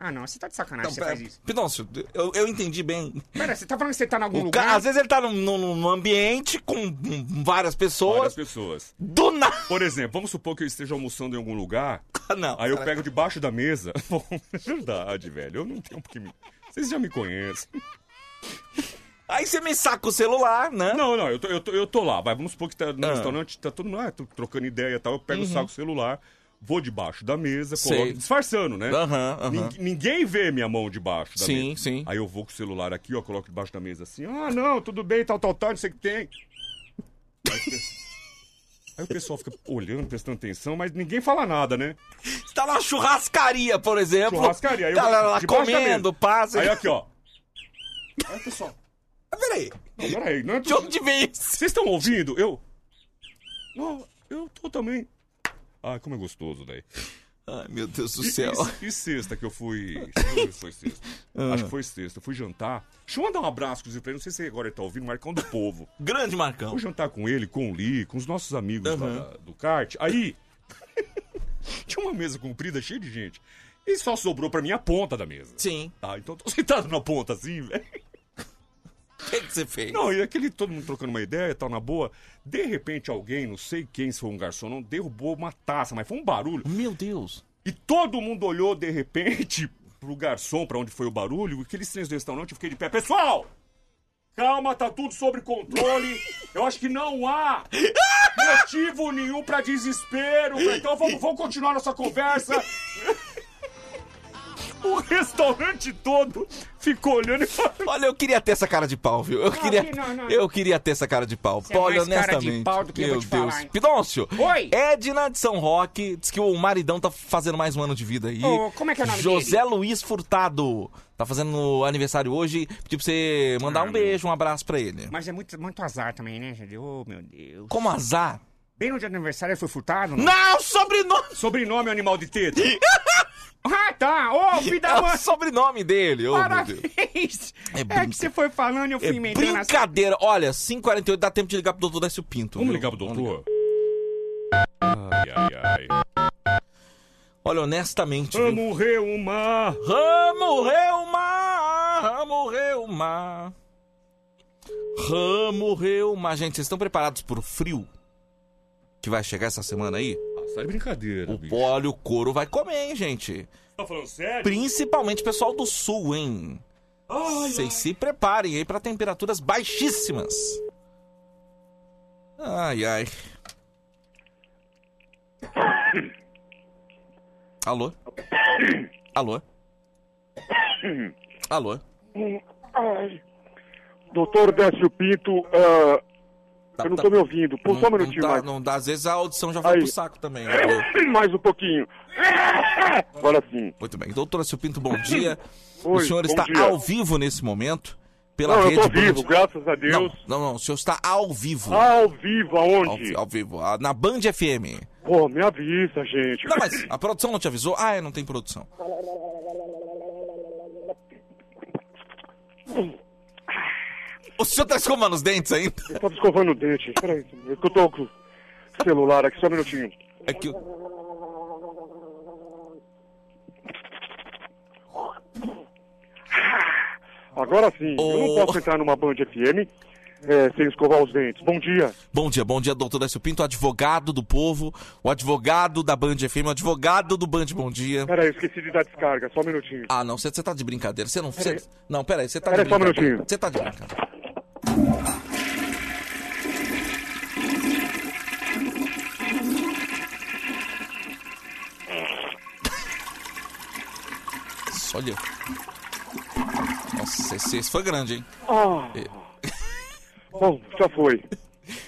Speaker 10: Ah, não, você tá de sacanagem que
Speaker 2: Então,
Speaker 10: você faz
Speaker 2: pera-
Speaker 10: isso.
Speaker 2: Pidoncio, eu, eu entendi bem.
Speaker 10: Pera, você tá falando que você tá em algum
Speaker 2: O
Speaker 10: lugar?
Speaker 2: cara, às vezes ele tá num, num- num ambiente com hum, várias pessoas.
Speaker 11: Várias pessoas.
Speaker 2: Do nada.
Speaker 11: Por exemplo, vamos supor que eu esteja almoçando em algum lugar.
Speaker 2: não.
Speaker 11: Aí
Speaker 2: cara.
Speaker 11: eu
Speaker 2: tá.
Speaker 11: pego debaixo da mesa. Bom, é verdade, velho. Eu não tenho porque me. Vocês já me conhecem.
Speaker 2: Aí você me saca o celular, né?
Speaker 11: Não, não, eu tô, eu tô, eu tô lá. Vai, vamos supor que tá no
Speaker 2: Ah.
Speaker 11: restaurante, tá todo mundo ah, tô trocando ideia e tal. Eu pego o
Speaker 2: Uhum.
Speaker 11: saco o celular, vou debaixo da mesa,
Speaker 2: Sei.
Speaker 11: coloco. Disfarçando, né?
Speaker 2: Aham, aham.
Speaker 11: Ningu- Ninguém vê minha mão debaixo da
Speaker 2: Sim,
Speaker 11: mesa.
Speaker 2: sim.
Speaker 11: Aí eu vou com o celular aqui, ó, coloco debaixo da mesa assim, ah, não, tudo bem, tal, tal, tal, não sei o que tem. Aí o pessoal- Aí o pessoal fica olhando, prestando atenção, mas ninguém fala nada, né?
Speaker 2: Você tá numa churrascaria, por exemplo.
Speaker 11: É Churrascaria. Aí eu-
Speaker 2: Tá lá, lá
Speaker 11: debaixo da mesa.
Speaker 2: comendo, passa.
Speaker 11: Aí aqui, ó.
Speaker 2: Olha, pessoal. Mas Ah, peraí.
Speaker 11: Não, peraí, não é
Speaker 2: De onde vem isso?
Speaker 11: Vocês estão ouvindo? Eu. Não, eu tô também. Ah, como é gostoso daí.
Speaker 2: Ai, meu Deus do
Speaker 11: E-
Speaker 2: céu.
Speaker 11: E, e sexta que eu fui. deixa eu ver se foi sexta.
Speaker 2: Ah.
Speaker 11: Acho que foi sexta. Eu fui jantar. Deixa eu mandar um abraço, inclusive, pra ele. Não sei se agora ele tá ouvindo, Marcão do Povo.
Speaker 2: Grande Marcão.
Speaker 11: Fui jantar com ele, com o Lee, com os nossos amigos lá
Speaker 2: Aham.
Speaker 11: da- do kart. Aí. tinha uma mesa comprida, cheia de gente. E só sobrou pra mim a ponta da mesa.
Speaker 2: Sim.
Speaker 11: Tá, então eu tô sentado na ponta assim, velho.
Speaker 2: O que, que você fez?
Speaker 11: Não, e aquele todo mundo trocando uma ideia e tal, na boa. De repente alguém, não sei quem, se foi um garçom, não, derrubou uma taça, mas foi um barulho.
Speaker 2: Meu Deus.
Speaker 11: E todo mundo olhou de repente pro garçom, pra onde foi o barulho, e aquele silêncio do restaurante, eu fiquei de pé. Pessoal! Calma, tá tudo sob controle. Eu acho que não há motivo nenhum pra desespero. Então vamos, vamos continuar nossa conversa. O restaurante todo ficou olhando e falando.
Speaker 2: Olha, eu queria ter essa cara de pau, viu? Eu
Speaker 11: Não,
Speaker 2: queria,
Speaker 11: aqui não, não.
Speaker 2: Eu queria ter essa cara de pau.
Speaker 11: Você é
Speaker 2: Olha,
Speaker 11: mais cara de
Speaker 2: honestamente.
Speaker 11: pau do que eu
Speaker 2: Meu
Speaker 11: vou te
Speaker 2: Deus.
Speaker 11: falar, hein?
Speaker 2: Pidôncio.
Speaker 10: Oi.
Speaker 2: Edna de São Roque diz que o maridão tá fazendo mais um ano de vida aí.
Speaker 10: Ô, como é que é o nome
Speaker 2: José Luiz Furtado. Tá fazendo aniversário hoje. Pedi pra você
Speaker 11: Ah,
Speaker 2: mandar um beijo, um abraço pra ele.
Speaker 10: Mas é muito, muito azar também, né, gente? Ô, meu Deus.
Speaker 2: Como azar?
Speaker 10: Bem no dia do aniversário ele foi furtado? né?
Speaker 2: Não, sobrenome!
Speaker 11: Sobrenome, animal de teta.
Speaker 10: Ah, tá. Ô, filho
Speaker 2: É
Speaker 10: da
Speaker 2: o
Speaker 10: mãe.
Speaker 2: sobrenome dele. ô, meu Deus.
Speaker 10: Parabéns.
Speaker 2: É
Speaker 10: É,
Speaker 2: brinca-
Speaker 10: que você foi falando e eu fui
Speaker 2: É
Speaker 10: emendando as-
Speaker 2: brincadeira. Olha, 5h48 dá tempo de ligar pro doutor Décio Pinto.
Speaker 11: Vamos
Speaker 2: viu?
Speaker 11: ligar pro doutor?
Speaker 2: Ai,
Speaker 11: ai, ai.
Speaker 2: Olha, honestamente. viu?
Speaker 11: Vamos reumar.
Speaker 2: Ramo Reumar! Ramo Reumar! Ramo Reumar! Gente, vocês estão preparados pro frio que vai chegar essa semana aí?
Speaker 10: É
Speaker 11: Sai de brincadeira.
Speaker 2: O pólio, o couro vai comer, hein, gente?
Speaker 11: Tá falando sério?
Speaker 2: Principalmente o pessoal do sul, hein? Vocês se preparem aí pra temperaturas baixíssimas. Ai, ai. Alô? Alô? Alô?
Speaker 12: Ai. Doutor Décio Pinto, ah, eu não tô me ouvindo. Pô, só um minutinho
Speaker 2: Tá, não dá,
Speaker 12: mais.
Speaker 2: não dá. Às vezes a audição já foi
Speaker 12: Aí.
Speaker 2: pro saco também. né?
Speaker 12: mais um pouquinho. Agora sim.
Speaker 2: Muito bem. Doutora Silpinto, bom dia. o
Speaker 12: Oi,
Speaker 2: senhor
Speaker 12: bom
Speaker 2: está
Speaker 12: dia.
Speaker 2: ao vivo nesse momento pela
Speaker 12: Não, eu
Speaker 2: rede.
Speaker 12: tô
Speaker 2: Band.
Speaker 12: vivo, graças a Deus.
Speaker 2: Não, não, não. O senhor está ao vivo.
Speaker 12: Ao vivo, aonde?
Speaker 2: Ao, vi- ao vivo. Ah, Na Band FM.
Speaker 12: Pô, me avisa, gente.
Speaker 2: Não, mas a produção não te avisou? Ah, é, não tem produção. O senhor tá escovando os dentes ainda? tá
Speaker 12: Eu tava escovando o dente. Peraí, é que eu tô com celular aqui, só um minutinho.
Speaker 2: É que...
Speaker 12: Agora sim, eu não posso entrar numa Band FM é, sem escovar os dentes. Bom dia.
Speaker 2: Bom dia, bom dia, doutor Décio Pinto, advogado do povo, o advogado da Band FM, o advogado do Band Bom Dia.
Speaker 12: Pera aí, eu esqueci de dar descarga, só um minutinho.
Speaker 2: Ah, não, você tá de brincadeira, você não... cê-
Speaker 12: Peraí.
Speaker 2: Não, peraí, você tá
Speaker 12: Peraí,
Speaker 2: de
Speaker 12: só um
Speaker 2: brincadeira.
Speaker 12: minutinho.
Speaker 2: Você tá de brincadeira. Nossa, Olha. Nossa, esse, esse foi grande, hein?
Speaker 12: Ah, bom, já foi.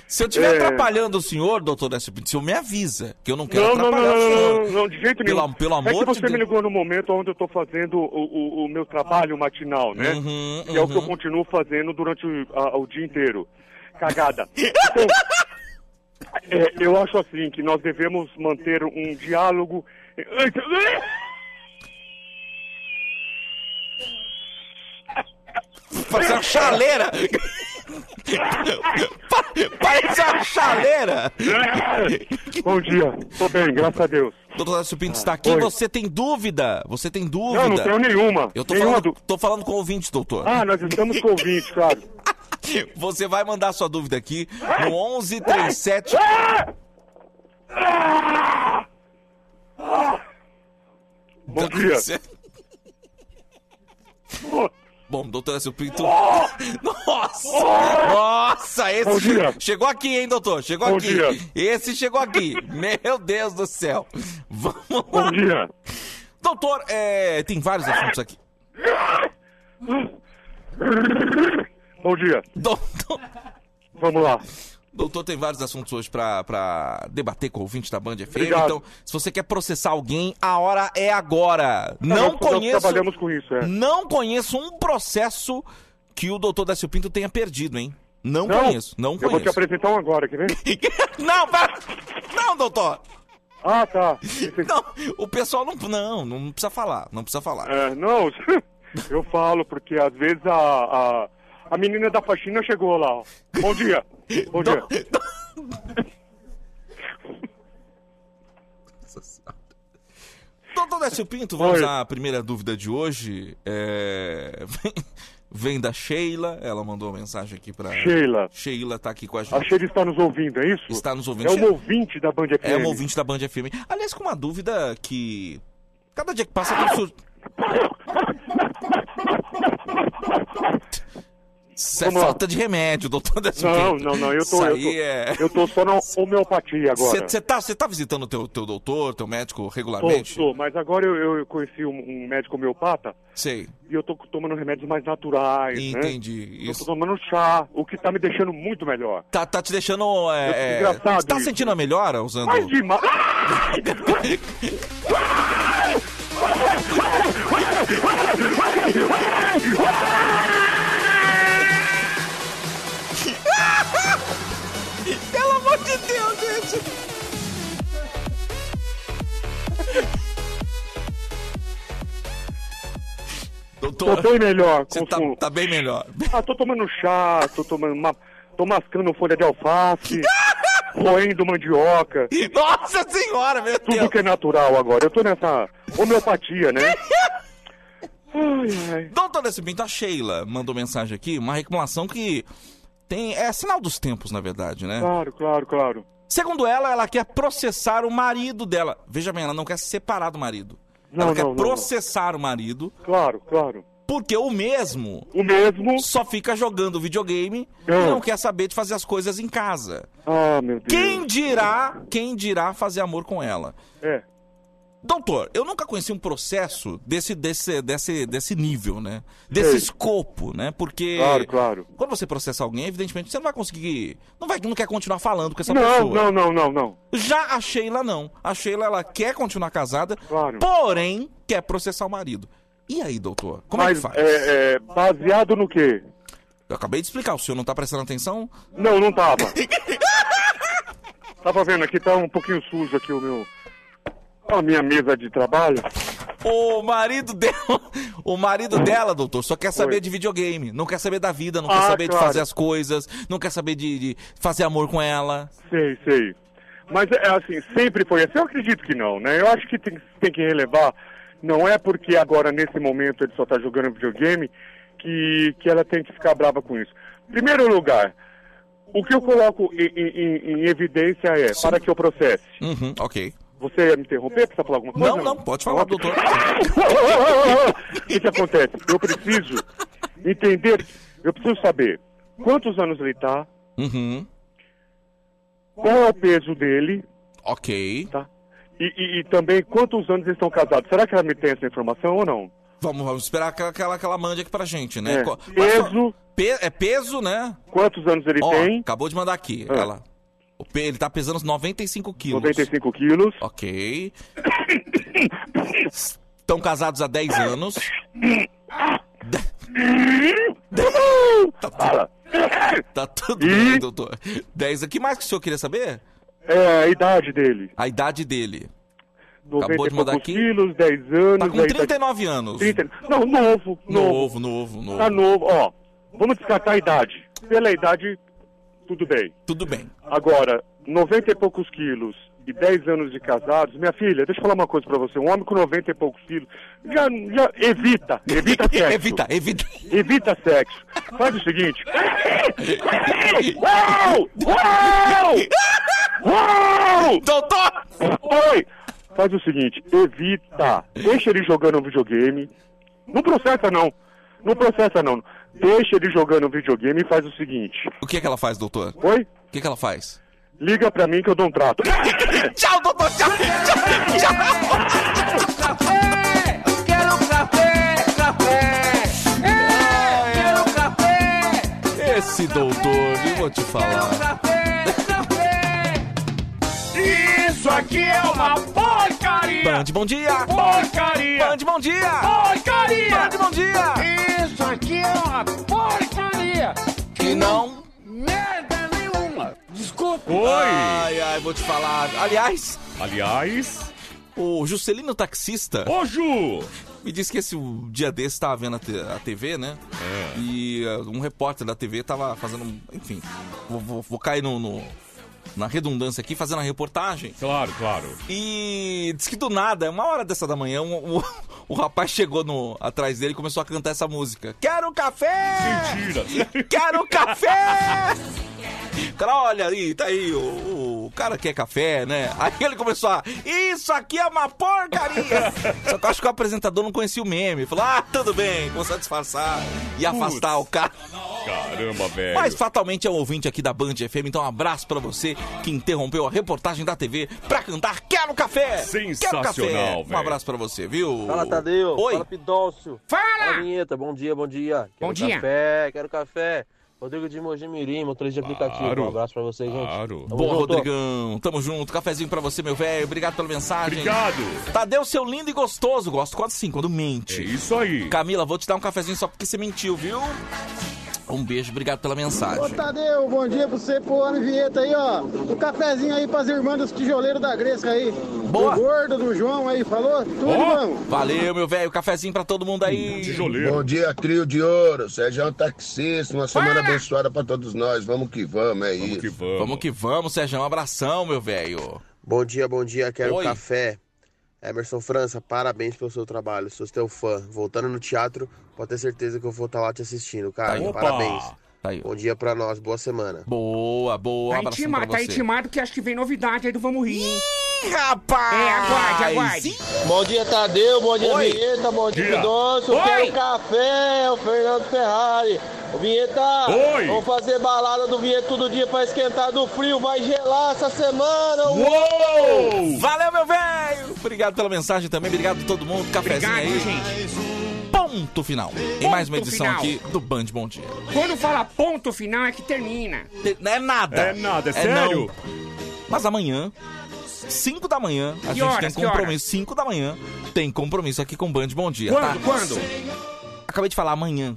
Speaker 2: Se eu estiver
Speaker 12: É.
Speaker 2: atrapalhando o senhor, doutor Décio Pinto, o senhor me avisa, que eu não quero
Speaker 12: Não, não, não,
Speaker 2: atrapalhar o
Speaker 12: não,
Speaker 2: senhor.
Speaker 12: não, não, de jeito
Speaker 2: Pelo-
Speaker 12: nenhum.
Speaker 2: pelo
Speaker 12: é
Speaker 2: amor
Speaker 12: que
Speaker 2: de
Speaker 12: você me
Speaker 2: Deus.
Speaker 12: ligou no momento onde eu estou fazendo o, o- o meu trabalho matinal, né?
Speaker 2: Uhum,
Speaker 12: Que é o que eu
Speaker 2: uhum.
Speaker 12: continuo fazendo durante o, a- o dia inteiro. Cagada. Então, é, eu acho assim, que nós devemos manter um diálogo...
Speaker 2: Parece uma chaleira! Pa- Parece uma chaleira!
Speaker 12: É. Bom dia, tô bem, graças a Deus.
Speaker 2: Doutor Décio Pinto está aqui,
Speaker 12: Oi.
Speaker 2: você tem dúvida? Você tem dúvida?
Speaker 12: Não, não tenho nenhuma.
Speaker 2: Eu tô,
Speaker 12: Nenhuma
Speaker 2: falando, tô falando com o ouvinte, doutor.
Speaker 12: Ah, nós estamos com ouvinte, claro.
Speaker 2: Você vai mandar sua dúvida aqui
Speaker 12: Ah.
Speaker 2: no 11 37
Speaker 12: Bom dia.
Speaker 2: Bom, doutor Décio Pinto. Nossa! Nossa, esse
Speaker 5: Bom dia.
Speaker 2: chegou aqui, hein, doutor? Chegou
Speaker 5: Bom
Speaker 2: aqui.
Speaker 5: dia.
Speaker 2: Esse chegou aqui. Meu Deus do céu. Vamos lá.
Speaker 12: Bom dia.
Speaker 2: Doutor, é, tem vários assuntos aqui.
Speaker 12: Bom dia.
Speaker 2: Doutor.
Speaker 12: Vamos lá.
Speaker 2: Doutor, tem vários assuntos hoje pra, pra debater com o ouvinte da Band FM.
Speaker 12: Obrigado.
Speaker 2: Então, se você quer processar alguém, a hora é agora.
Speaker 12: Não,
Speaker 2: Não,
Speaker 12: nós- nós
Speaker 2: conheço.
Speaker 12: trabalhamos com isso, é.
Speaker 2: Não conheço um processo que o doutor Décio Pinto tenha perdido, hein? Não, conheço, não
Speaker 12: Eu vou te
Speaker 2: conheço.
Speaker 12: apresentar um agora, quer ver?
Speaker 2: Não, pera- Não, doutor!
Speaker 12: Ah, tá.
Speaker 2: Não, o pessoal não. Não, não precisa falar. Não precisa falar.
Speaker 12: É, não, eu falo, porque às vezes a, a, a menina da faxina chegou lá. ó. Bom dia. Bom dia.
Speaker 2: Doutor Décio Pinto, vamos à primeira dúvida de hoje. É, vem- Vem da Sheila, ela mandou uma mensagem aqui pra.
Speaker 12: Sheila.
Speaker 2: Sheila tá aqui com a gente.
Speaker 12: A Sheila está nos ouvindo, é isso?
Speaker 2: Está nos ouvindo.
Speaker 12: É um
Speaker 2: Sheila.
Speaker 12: ouvinte da Band FM.
Speaker 2: É um ouvinte da Band FM. Aliás, com uma dúvida que. Cada dia que passa tem sur... Isso é
Speaker 12: Vamos lá.
Speaker 2: falta de remédio, doutor Décio
Speaker 12: Não,
Speaker 2: Pinto.
Speaker 12: não, não, eu
Speaker 2: Isso
Speaker 12: tô, eu
Speaker 2: aí
Speaker 12: tô,
Speaker 2: é.
Speaker 12: eu tô só na homeopatia agora.
Speaker 2: Você tá, cê tá visitando teu, teu doutor, teu médico
Speaker 12: Tô,
Speaker 2: regularmente?
Speaker 12: tô, mas agora eu, eu conheci um, um médico homeopata
Speaker 2: Sei.
Speaker 12: e eu tô tomando remédios mais naturais,
Speaker 2: Entendi,
Speaker 12: né?
Speaker 2: isso.
Speaker 12: Eu tô tomando chá, o que tá me deixando muito melhor.
Speaker 2: Tá, tá te deixando.
Speaker 12: Eu fico
Speaker 2: É, é,
Speaker 12: engraçado
Speaker 2: você tá
Speaker 12: isso.
Speaker 2: sentindo a melhora usando.
Speaker 12: Mas É demais! Ah,
Speaker 5: Pelo amor de Deus, gente!
Speaker 12: Tô bem melhor.
Speaker 2: Você tá,
Speaker 12: consumo.
Speaker 2: tá bem melhor.
Speaker 12: Ah, tô tomando chá, tô tomando uma... Tô mascando folha de alface, roendo mandioca.
Speaker 2: Nossa senhora, meu
Speaker 12: Tudo que é natural agora. Eu tô nessa homeopatia, né?
Speaker 2: Doutor Décio Pinto, a Sheila mandou mensagem aqui, uma reclamação que tem. É sinal dos tempos, na verdade, né?
Speaker 12: Claro, claro, claro.
Speaker 2: Segundo ela, ela quer processar o marido dela. Veja bem, ela não quer se separar do marido.
Speaker 12: Não,
Speaker 2: ela quer
Speaker 12: não, não,
Speaker 2: processar o marido.
Speaker 12: Claro, claro.
Speaker 2: Porque o mesmo.
Speaker 12: O mesmo.
Speaker 2: Só fica jogando videogame
Speaker 12: Ah.
Speaker 2: e não quer saber de fazer as coisas em casa.
Speaker 12: Ah, meu Deus.
Speaker 2: Quem dirá, quem dirá fazer amor com ela?
Speaker 12: É.
Speaker 2: Doutor, eu nunca conheci um processo desse, desse, desse, desse nível, né? Desse
Speaker 12: Sei.
Speaker 2: escopo, né? Porque.
Speaker 12: Claro, claro.
Speaker 2: Quando você processa alguém, evidentemente, você não vai conseguir. Não vai, não quer continuar falando com essa
Speaker 12: Não,
Speaker 2: pessoa.
Speaker 12: não, não, não, não.
Speaker 2: Já a Sheila não. A Sheila, ela quer continuar casada,
Speaker 12: Claro.
Speaker 2: porém, quer processar o marido. E aí, doutor? Como é
Speaker 12: Mas
Speaker 2: que faz?
Speaker 12: é, é, baseado no quê?
Speaker 2: Eu acabei de explicar, o senhor não tá prestando atenção?
Speaker 12: Não, não tava. tava vendo aqui, tá um pouquinho sujo aqui o meu... A minha mesa de trabalho.
Speaker 2: O marido dela, o marido dela, doutor, só quer saber de videogame, não quer saber da vida, não
Speaker 12: Ah,
Speaker 2: quer saber
Speaker 12: claro.
Speaker 2: de fazer as coisas, não quer saber de, de fazer amor com ela.
Speaker 12: Sei, sei. Mas é assim, sempre foi assim. Eu acredito que não, né? Eu acho que tem, tem que relevar. Não é porque agora, nesse momento, ele só tá jogando videogame que, que ela tem que ficar brava com isso. Primeiro lugar, o que eu coloco em, em- em- em evidência é, para que eu processe.
Speaker 2: Uhum, ok.
Speaker 12: Você ia me interromper? Precisa falar alguma coisa?
Speaker 2: Não, não, pode falar, doutor.
Speaker 12: O que, que acontece? Eu preciso entender, eu preciso saber quantos anos ele tá,
Speaker 2: Uhum,
Speaker 12: qual é o peso dele.
Speaker 2: Ok.
Speaker 12: Tá? E, e- e também quantos anos eles estão casados. Será que ela me tem essa informação ou não?
Speaker 2: Vamos, vamos esperar que ela, que ela, que ela mande aqui pra gente, né?
Speaker 12: É.
Speaker 2: Co-
Speaker 12: Peso.
Speaker 2: Pe- é peso, né?
Speaker 12: Quantos anos ele
Speaker 2: Ó,
Speaker 12: tem?
Speaker 2: Acabou de mandar aqui.
Speaker 12: Ah.
Speaker 2: Ela, o pe- ele tá pesando uns 95 quilos.
Speaker 12: 95 quilos.
Speaker 2: Ok. Estão casados há 10 anos.
Speaker 12: Fala.
Speaker 2: Tá tudo bem, doutor. 10. O que mais que o senhor queria saber?
Speaker 12: É, a idade dele.
Speaker 2: A idade dele.
Speaker 12: 90
Speaker 2: Acabou de
Speaker 12: e
Speaker 2: mandar
Speaker 12: poucos
Speaker 2: aqui.
Speaker 12: quilos, 10 anos.
Speaker 2: Tá com
Speaker 12: aí
Speaker 2: 39 anos.
Speaker 12: 30 Não, novo, novo.
Speaker 2: Novo, novo, novo.
Speaker 12: Tá novo, ó. Vamos descartar a idade. Pela idade, tudo bem.
Speaker 2: Tudo bem.
Speaker 12: Agora, 90 e poucos quilos e 10 anos de casados, minha filha, deixa eu falar uma coisa pra você. Um homem com 90 e poucos quilos, já, já evita, evita sexo.
Speaker 2: Evita, evita.
Speaker 12: Evita sexo. Faz o seguinte. Uau! Uau! Uau!
Speaker 2: Doutor!
Speaker 12: Oi! Faz o seguinte, evita. Deixa ele jogando um videogame. Não processa não. Não processa não. Deixa ele jogando um videogame e faz o seguinte.
Speaker 2: O que é que ela faz, doutor?
Speaker 12: Oi?
Speaker 2: O que é que ela faz?
Speaker 12: Liga pra mim que eu dou um trato.
Speaker 2: Tchau, doutor! Tchau! Tchau!
Speaker 5: Tchau! Quero
Speaker 2: um
Speaker 5: café, café. É, Quero café,
Speaker 2: Esse doutor, um eu um vou te falar.
Speaker 5: Isso aqui é uma porcaria.
Speaker 2: Band, bom dia!
Speaker 5: Porcaria.
Speaker 2: Band, bom dia!
Speaker 5: Porcaria.
Speaker 2: Band, bom dia!
Speaker 5: Isso aqui é uma porcaria. Que não merda nenhuma. Desculpa.
Speaker 2: Ai, ai, vou te falar. Aliás...
Speaker 11: Aliás...
Speaker 2: O Juscelino Taxista...
Speaker 11: Ô, Ju!
Speaker 2: Me disse que esse o dia desse tava vendo a, te- a TV, né? É. E uh, um repórter da TV tava fazendo... um- Enfim, vou, vou- vou cair no- no, na redundância aqui, fazendo a reportagem.
Speaker 11: Claro, claro.
Speaker 2: E diz que do nada, uma hora dessa da manhã, um- um- o rapaz chegou no, atrás dele e começou a cantar essa música. Quero um café! Mentira! Quero um café! O cara, olha aí, tá aí, o, o cara quer café, né? Aí ele começou a. Isso aqui é uma porcaria! Só que eu acho que o apresentador não conhecia o meme. Falou, ah, tudo bem, começou a disfarçar e afastar o cara.
Speaker 11: Caramba, velho.
Speaker 2: Mas fatalmente é um ouvinte aqui da Band FM, então um abraço pra você que interrompeu a reportagem da TV pra cantar Quero um Café! Quero Café!
Speaker 11: Sensacional,
Speaker 2: Um
Speaker 11: velho.
Speaker 2: abraço pra você, viu?
Speaker 1: Fala, Tadeu.
Speaker 2: Oi!
Speaker 1: Fala, Pidócio. Fala! Vinheta, bom dia, bom dia. Quero
Speaker 2: Bom dia.
Speaker 1: café, quero café. Rodrigo de Mojimirim, motorista de aplicativo. Um abraço pra vocês, gente. Claro.
Speaker 2: Boa, Rodrigão. Tamo junto. Cafezinho pra você, meu velho. Obrigado pela mensagem.
Speaker 11: Obrigado.
Speaker 2: Tadeu, seu lindo e gostoso. Gosto quando sim, quando mente. É
Speaker 11: isso aí.
Speaker 2: Camila, vou te dar um cafezinho só porque você mentiu, viu? Um beijo, obrigado pela
Speaker 13: Ô
Speaker 2: mensagem.
Speaker 13: Tadeu, bom dia pra você, pro Ana Vieta aí, ó. Um cafezinho aí pras irmãs dos tijoleiros da Gresca aí.
Speaker 2: Boa.
Speaker 13: Do gordo, do João aí, falou? Tudo bom.
Speaker 2: Valeu, meu velho. Cafezinho pra todo mundo aí.
Speaker 14: Bom dia, trio de ouro. Sérgio é um taxista. Uma semana abençoada pra todos nós. Vamos que vamos, é isso.
Speaker 2: Vamos que vamos, Sérgio. Um abração, meu velho.
Speaker 16: Bom dia, bom dia, quero
Speaker 2: Oi.
Speaker 16: café. Emerson França, parabéns pelo seu trabalho, sou seu fã. Voltando no teatro, pode ter certeza que eu vou estar lá te assistindo, cara.
Speaker 2: aí. Opa!
Speaker 16: Parabéns.
Speaker 2: Tá aí.
Speaker 16: Bom dia pra nós, boa semana.
Speaker 2: Boa, boa,
Speaker 16: abraço.
Speaker 10: intimado, tá intimado que acho que vem novidade aí do Vamos Rir, hein?
Speaker 2: Ih, rapaz!
Speaker 10: É, aguarde, aguarde.
Speaker 16: Bom dia, Tadeu. Bom
Speaker 10: dia, Oi.
Speaker 16: Vinheta. Bom
Speaker 10: dia, Dia. Pidoncio. Oi. Quero
Speaker 16: café. É o Fernando Ferrari. Vinheta,
Speaker 5: Oi. vamos
Speaker 16: fazer balada do Vinheta todo dia pra esquentar do frio. Vai gelar essa semana.
Speaker 2: Uou! Valeu, meu velho! Obrigado pela mensagem também, obrigado a todo mundo. Cafezinho
Speaker 10: Obrigado,
Speaker 2: aí. Ponto final. em mais uma
Speaker 10: Ponto
Speaker 2: edição
Speaker 10: final.
Speaker 2: aqui do Band Bom Dia.
Speaker 10: Quando fala ponto final é que termina.
Speaker 2: Não é nada.
Speaker 10: É nada, é sério?
Speaker 2: não. Mas amanhã, 5 da manhã, a
Speaker 10: Que
Speaker 2: gente
Speaker 10: horas, que
Speaker 2: tem compromisso. 5 da manhã tem compromisso aqui com Band Bom Dia,
Speaker 10: Quando,
Speaker 2: tá?
Speaker 10: quando?
Speaker 2: Acabei de falar amanhã.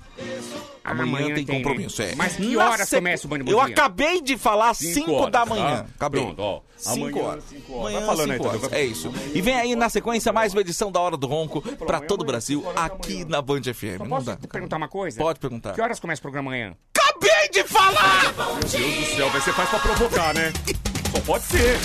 Speaker 2: Amanhã,
Speaker 10: amanhã
Speaker 2: tem,
Speaker 10: tem, né?
Speaker 2: compromisso, é.
Speaker 10: Mas que
Speaker 2: Na
Speaker 10: horas começa o Band Bom
Speaker 2: Eu
Speaker 10: Dia?
Speaker 2: acabei de falar
Speaker 10: Cinco
Speaker 2: 5
Speaker 10: horas,
Speaker 2: da
Speaker 10: tá?
Speaker 2: manhã. Acabei.
Speaker 11: Pronto, ó.
Speaker 2: 5
Speaker 11: Amanhã,
Speaker 2: horas.
Speaker 11: cinco horas.
Speaker 2: Ah, Amanhã,
Speaker 11: Vai falando aí,
Speaker 2: cinco
Speaker 11: Tadeu,
Speaker 2: horas.
Speaker 11: vai-
Speaker 2: É isso. E vem aí na sequência mais uma edição da Hora do Ronco pra todo o Brasil aqui na Band FM. Não
Speaker 10: Posso
Speaker 2: dá.
Speaker 10: te perguntar uma coisa?
Speaker 2: Pode perguntar.
Speaker 10: Que horas começa o programa amanhã?
Speaker 2: Acabei de falar!
Speaker 11: Meu Deus do céu, vai ser faz pra provocar, né?
Speaker 27: Bom, pode ser.